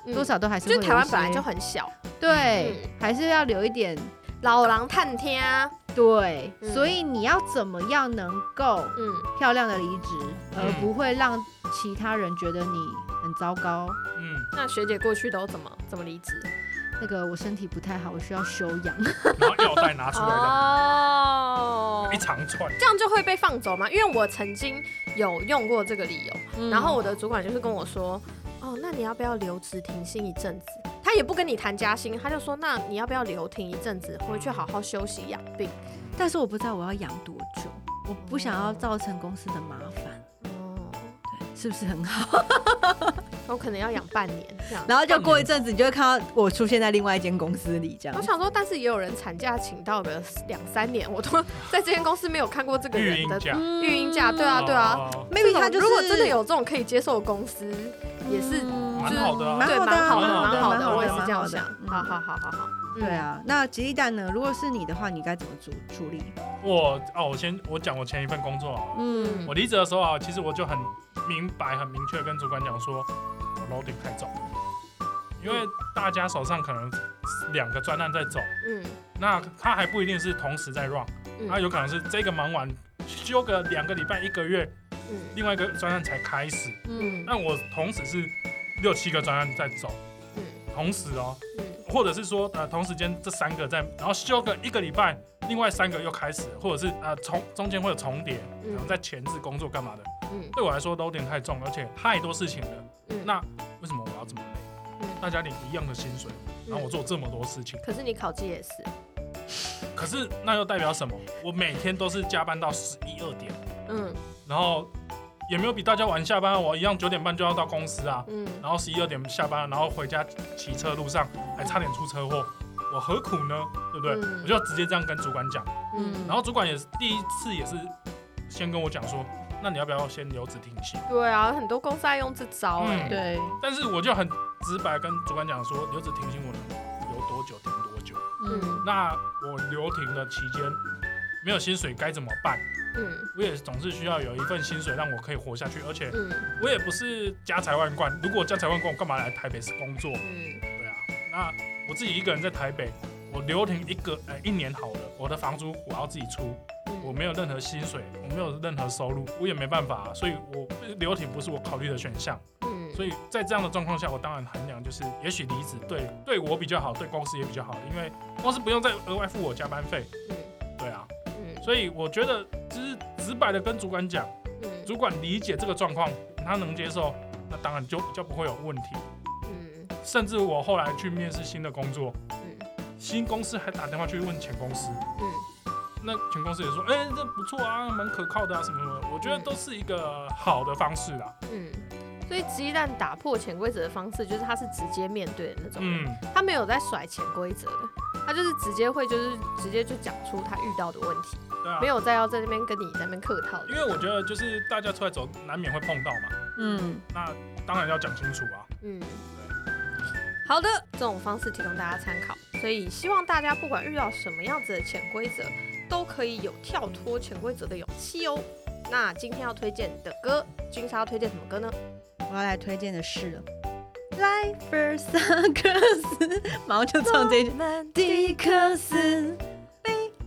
Speaker 3: 嗯
Speaker 2: 多，少都还是会
Speaker 3: 就
Speaker 2: 有一些、
Speaker 3: 台湾本来就很小，
Speaker 2: 对，
Speaker 3: 嗯
Speaker 2: 还是要留一点
Speaker 3: 老狼探天啊，
Speaker 2: 对。
Speaker 3: 嗯
Speaker 2: 所以你要怎么样能够
Speaker 3: 嗯
Speaker 2: 漂亮的离职，而
Speaker 1: 嗯
Speaker 2: 不会让其他人觉得你很糟糕。
Speaker 1: 嗯，
Speaker 3: 那学姐过去都怎么怎么离职？
Speaker 2: 那个我身体不太好，我需要休养。 *laughs*
Speaker 1: 然后药袋拿出来的
Speaker 3: 哦
Speaker 1: 一长串，
Speaker 3: 这样就会被放走吗？因为我曾经有用过这个理由，
Speaker 2: 嗯
Speaker 3: 然后我的主管就是跟我说，哦，那你要不要留职停薪一阵子？他也不跟你谈加薪，他就说，那你要不要留停一阵子，回去好好休息养病？
Speaker 2: 但是我不知道我要养多久，我不想要造成公司的麻烦，
Speaker 3: 哦，
Speaker 2: 是不是很好？
Speaker 3: 我可能要养半年这样。
Speaker 2: 然后就过一阵子，你就会看到我出现在另外一间公司里，这
Speaker 3: 我
Speaker 2: 样。
Speaker 3: 想说，但是也有人产假请到个两三年，我都在这间公司没有看过这个
Speaker 1: 育 *laughs*
Speaker 3: 人
Speaker 1: 婴
Speaker 3: 的
Speaker 2: 嗯
Speaker 1: 假，
Speaker 3: 育婴假，对啊对啊。
Speaker 1: 哦，
Speaker 2: ，maybe
Speaker 3: 这种
Speaker 2: 他就是
Speaker 3: 如果真的有这种可以接受的公司，也是
Speaker 1: 蛮好的啊
Speaker 2: 蛮
Speaker 3: 对
Speaker 2: 好的
Speaker 3: 蛮
Speaker 2: 啊，
Speaker 3: 好的，
Speaker 1: 蛮
Speaker 3: 嗯蛮
Speaker 1: 好
Speaker 3: 好
Speaker 1: 的
Speaker 3: 的，我也是这
Speaker 2: 蛮
Speaker 3: 样
Speaker 2: 好的
Speaker 3: 想。好。好好好好，嗯
Speaker 2: 对，啊，那吉利蛋呢？如果是你的话，你该怎么处处理？
Speaker 1: 我哦，我先我讲我前一份工作啊，
Speaker 2: 嗯，
Speaker 1: 我离职的时候啊，其实我就很明白、很明确地跟主管讲说，我楼顶太重，因为大家手上可能两个专案在走，
Speaker 3: 嗯
Speaker 1: 那他还不一定是同时在 run，
Speaker 3: 嗯
Speaker 1: 他有可能是这个忙完休个两个礼拜、一个月，
Speaker 3: 嗯
Speaker 1: 另外一个专案才开始。
Speaker 3: 嗯
Speaker 1: 那我同时是六七个专案在走，
Speaker 3: 嗯
Speaker 1: 同时哦，
Speaker 3: 嗯
Speaker 1: 或者是说呃同时间这三个在，然后休个一个礼拜，另外三个又开始，或者是呃重中间会有重叠，然后在前置工作干嘛的。
Speaker 3: 嗯
Speaker 1: 对我来说 l o 太重，而且太多事情了。
Speaker 3: 嗯
Speaker 1: 那为什么我要这么累
Speaker 3: 嗯？
Speaker 1: 大家领一样的薪水，然后我做这么多事情，
Speaker 3: 可是你考绩也是，
Speaker 1: 可是那又代表什么？我每天都是加班到十一二点，
Speaker 3: 嗯
Speaker 1: 然后也没有比大家晚下班，啊我一样九点半就要到公司啊，
Speaker 3: 嗯
Speaker 1: 然后十一二点下班，然后回家骑车路上还差点出车祸，我何苦呢？对不对？
Speaker 3: 嗯
Speaker 1: 我就直接这样跟主管讲，
Speaker 3: 嗯，
Speaker 1: 然后主管也是第一次也是先跟我讲说，那你要不要先留职停薪？
Speaker 3: 对啊，很多公司爱用这招哎、
Speaker 1: 嗯
Speaker 2: 对，
Speaker 1: 但是我就很直白跟主管讲说，留职停薪我能留多久停多
Speaker 3: 嗯
Speaker 1: 那我留停的期间没有薪水该怎么办？
Speaker 3: 嗯
Speaker 1: 我也总是需要有一份薪水让我可以活下去，而且
Speaker 3: 嗯
Speaker 1: 我也不是家财万贯。如果我家财万贯，我干嘛来台北市工作？
Speaker 3: 嗯
Speaker 1: 对啊，那我自己一个人在台北，我留停一个呃一年好了，我的房租我要自己出，我
Speaker 3: 嗯，
Speaker 1: 没有任何薪水，我没有任何收入，我也没办法、啊，所以我留停不是我考虑的选项。
Speaker 3: 嗯
Speaker 1: 所以在这样的状况下，我当然衡量就是，也许离职对对我比较好，对公司也比较好，因为公司不用再额外付我加班费。
Speaker 3: 嗯
Speaker 1: 对啊，
Speaker 3: 嗯
Speaker 1: 所以我觉得就是直白的跟主管讲，
Speaker 3: 嗯
Speaker 1: 主管理解这个状况，他能接受，那当然就比较不会有问题。
Speaker 3: 嗯
Speaker 1: 甚至我后来去面试新的工作，
Speaker 3: 嗯
Speaker 1: 新公司还打电话去问前公司，那前公司也说，哎、这不错啊，蛮可靠的啊，什么什么的，我觉得都是一个好的方式啦。
Speaker 3: 嗯嗯，所以鸡蛋打破潜规则的方式，就是他是直接面对的那种人，
Speaker 1: 嗯，
Speaker 3: 他没有在甩潜规则的，他就是直接会就是直接就讲出他遇到的问题，
Speaker 1: 对啊
Speaker 3: 没，有再要在那边跟你在那边客套的。
Speaker 1: 因为我觉得就是大家出来走，难免会碰到嘛。
Speaker 2: 嗯，
Speaker 1: 那当然要讲清楚啊。
Speaker 3: 嗯，好的，这种方式提供大家参考。所以希望大家不管遇到什么样子的潜规则，都可以有跳脱潜规则的勇气哦。那今天要推荐的歌，君莎要推荐什么歌呢？
Speaker 2: 我要来推荐的是了，Life First Circus，马上就唱这句。
Speaker 3: 们
Speaker 2: 迪克斯，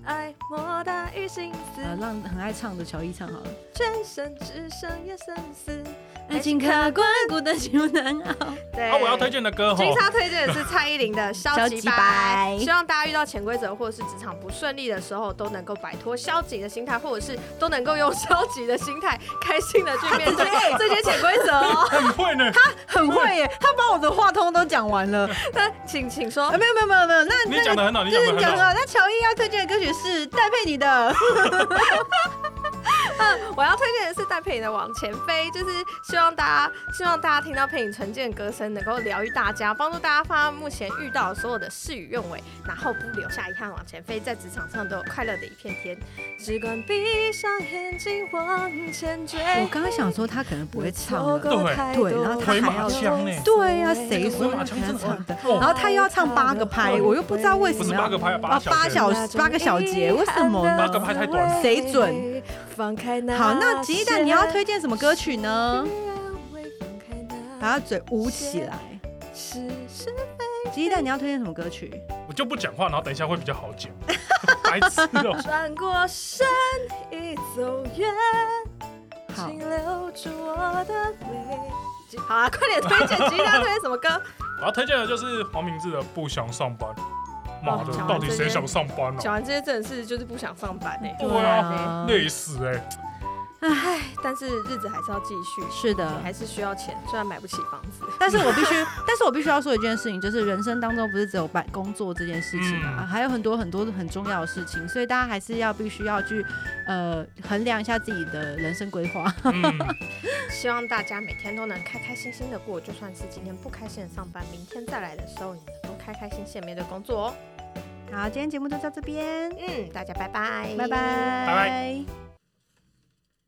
Speaker 3: 爱莫大于心思
Speaker 2: 呃，让很爱唱的乔伊唱好了。
Speaker 3: 全身只剩夜深思。哎
Speaker 2: 爱情卡关，孤单心如难熬。
Speaker 3: 对，
Speaker 1: 啊，我要推。荐的歌吼
Speaker 3: 金，莎推荐的是蔡依林的《消
Speaker 2: 消
Speaker 3: 极
Speaker 2: 极
Speaker 3: 白
Speaker 2: 白》，
Speaker 3: 希望大家遇到潜规则或者是职场不顺利的时候，都能够摆脱消极的心态，或者是都能够用消极的心态，开心的去面
Speaker 2: *laughs*
Speaker 3: 对这些潜规则哦。
Speaker 1: *laughs*
Speaker 3: *laughs*
Speaker 1: 很会呢。
Speaker 2: 很会耶，他把我的话通都讲完了。
Speaker 3: 那请请说
Speaker 2: 啊，，没有没有没有没有，那
Speaker 1: 你
Speaker 2: 那
Speaker 1: 讲
Speaker 2: 个
Speaker 1: 的很好，你
Speaker 2: 就
Speaker 1: 讲
Speaker 2: 是
Speaker 1: 的
Speaker 2: 讲
Speaker 1: 很好。
Speaker 2: 了。那乔伊要推荐的歌曲是戴佩妮的《
Speaker 3: 我要推荐的是戴佩妮的《往前飞》，就是希望大家希望大家听到佩妮纯净的歌声，能够疗愈大家，帮助大家发现目前遇到的所有的事与愿违，然后不留下遗憾，往前飞，在职场上都有快乐的一片天。只管闭上眼睛往前追。
Speaker 2: 我刚刚想说他可能不会唱了，
Speaker 3: 错过太多
Speaker 2: 对然后他
Speaker 1: 回
Speaker 2: 还要
Speaker 1: 马枪呢？
Speaker 2: 对呀、谁说
Speaker 1: 回马
Speaker 2: 他
Speaker 1: 枪真的
Speaker 2: 唱的？
Speaker 1: 哦
Speaker 2: 然后他又要唱八个拍，我又不知道为
Speaker 1: 不
Speaker 2: 什
Speaker 1: 是
Speaker 2: 么
Speaker 1: 八
Speaker 2: 要
Speaker 1: 个拍，八
Speaker 2: 啊八
Speaker 1: 小
Speaker 2: 小
Speaker 1: 节。
Speaker 2: 时八个小节，为什么
Speaker 1: 八个
Speaker 2: 呢？
Speaker 1: 拍太短了。
Speaker 2: 谁准？
Speaker 3: 放开那
Speaker 2: 好，那吉蛋你要推荐什么歌曲
Speaker 3: 嗯
Speaker 2: 呢？把
Speaker 3: 啊，
Speaker 2: 他嘴捂起来。
Speaker 3: 是是
Speaker 2: 吉蛋你要推荐什么歌曲？
Speaker 1: 我就不讲话，然后等一下会比较好讲。 *laughs* 白痴
Speaker 2: *laughs*
Speaker 1: 哦。
Speaker 3: 转过身，已走远，
Speaker 2: 好，
Speaker 3: 留住我的泪。好啊，快点推荐吉他推荐什 *laughs* 么歌？
Speaker 1: 我要推荐的就是黄明志的《不想上班》。妈的，
Speaker 2: 哦
Speaker 3: 讲完
Speaker 1: 到底
Speaker 3: 这
Speaker 1: 谁
Speaker 3: 些
Speaker 1: 想上班
Speaker 3: 讲
Speaker 1: 啊？
Speaker 3: 完这些真的是就是不想上班哎、
Speaker 1: 对啊，累死哎！
Speaker 3: 唉，但是日子还是要继续，
Speaker 2: 是的，
Speaker 3: 还是需要钱，虽然买不起房子。
Speaker 2: 但是我必 *laughs* 须，但是我必须要说一件事情，就是人生当中不是只有办工作这件事情嘛、
Speaker 1: 嗯
Speaker 2: 还有很多很多很重要的事情，所以大家还是要必须要去呃衡量一下自己的人生规划。
Speaker 1: 嗯，
Speaker 3: *laughs* 希望大家每天都能开开心心的过，就算是今天不开心的上班，明天再来的时候，你能够开开心心地面对工作哦。
Speaker 2: 好，今天节目就到这边，
Speaker 3: 嗯，大家拜拜，
Speaker 2: 拜拜，
Speaker 1: 拜
Speaker 2: 拜。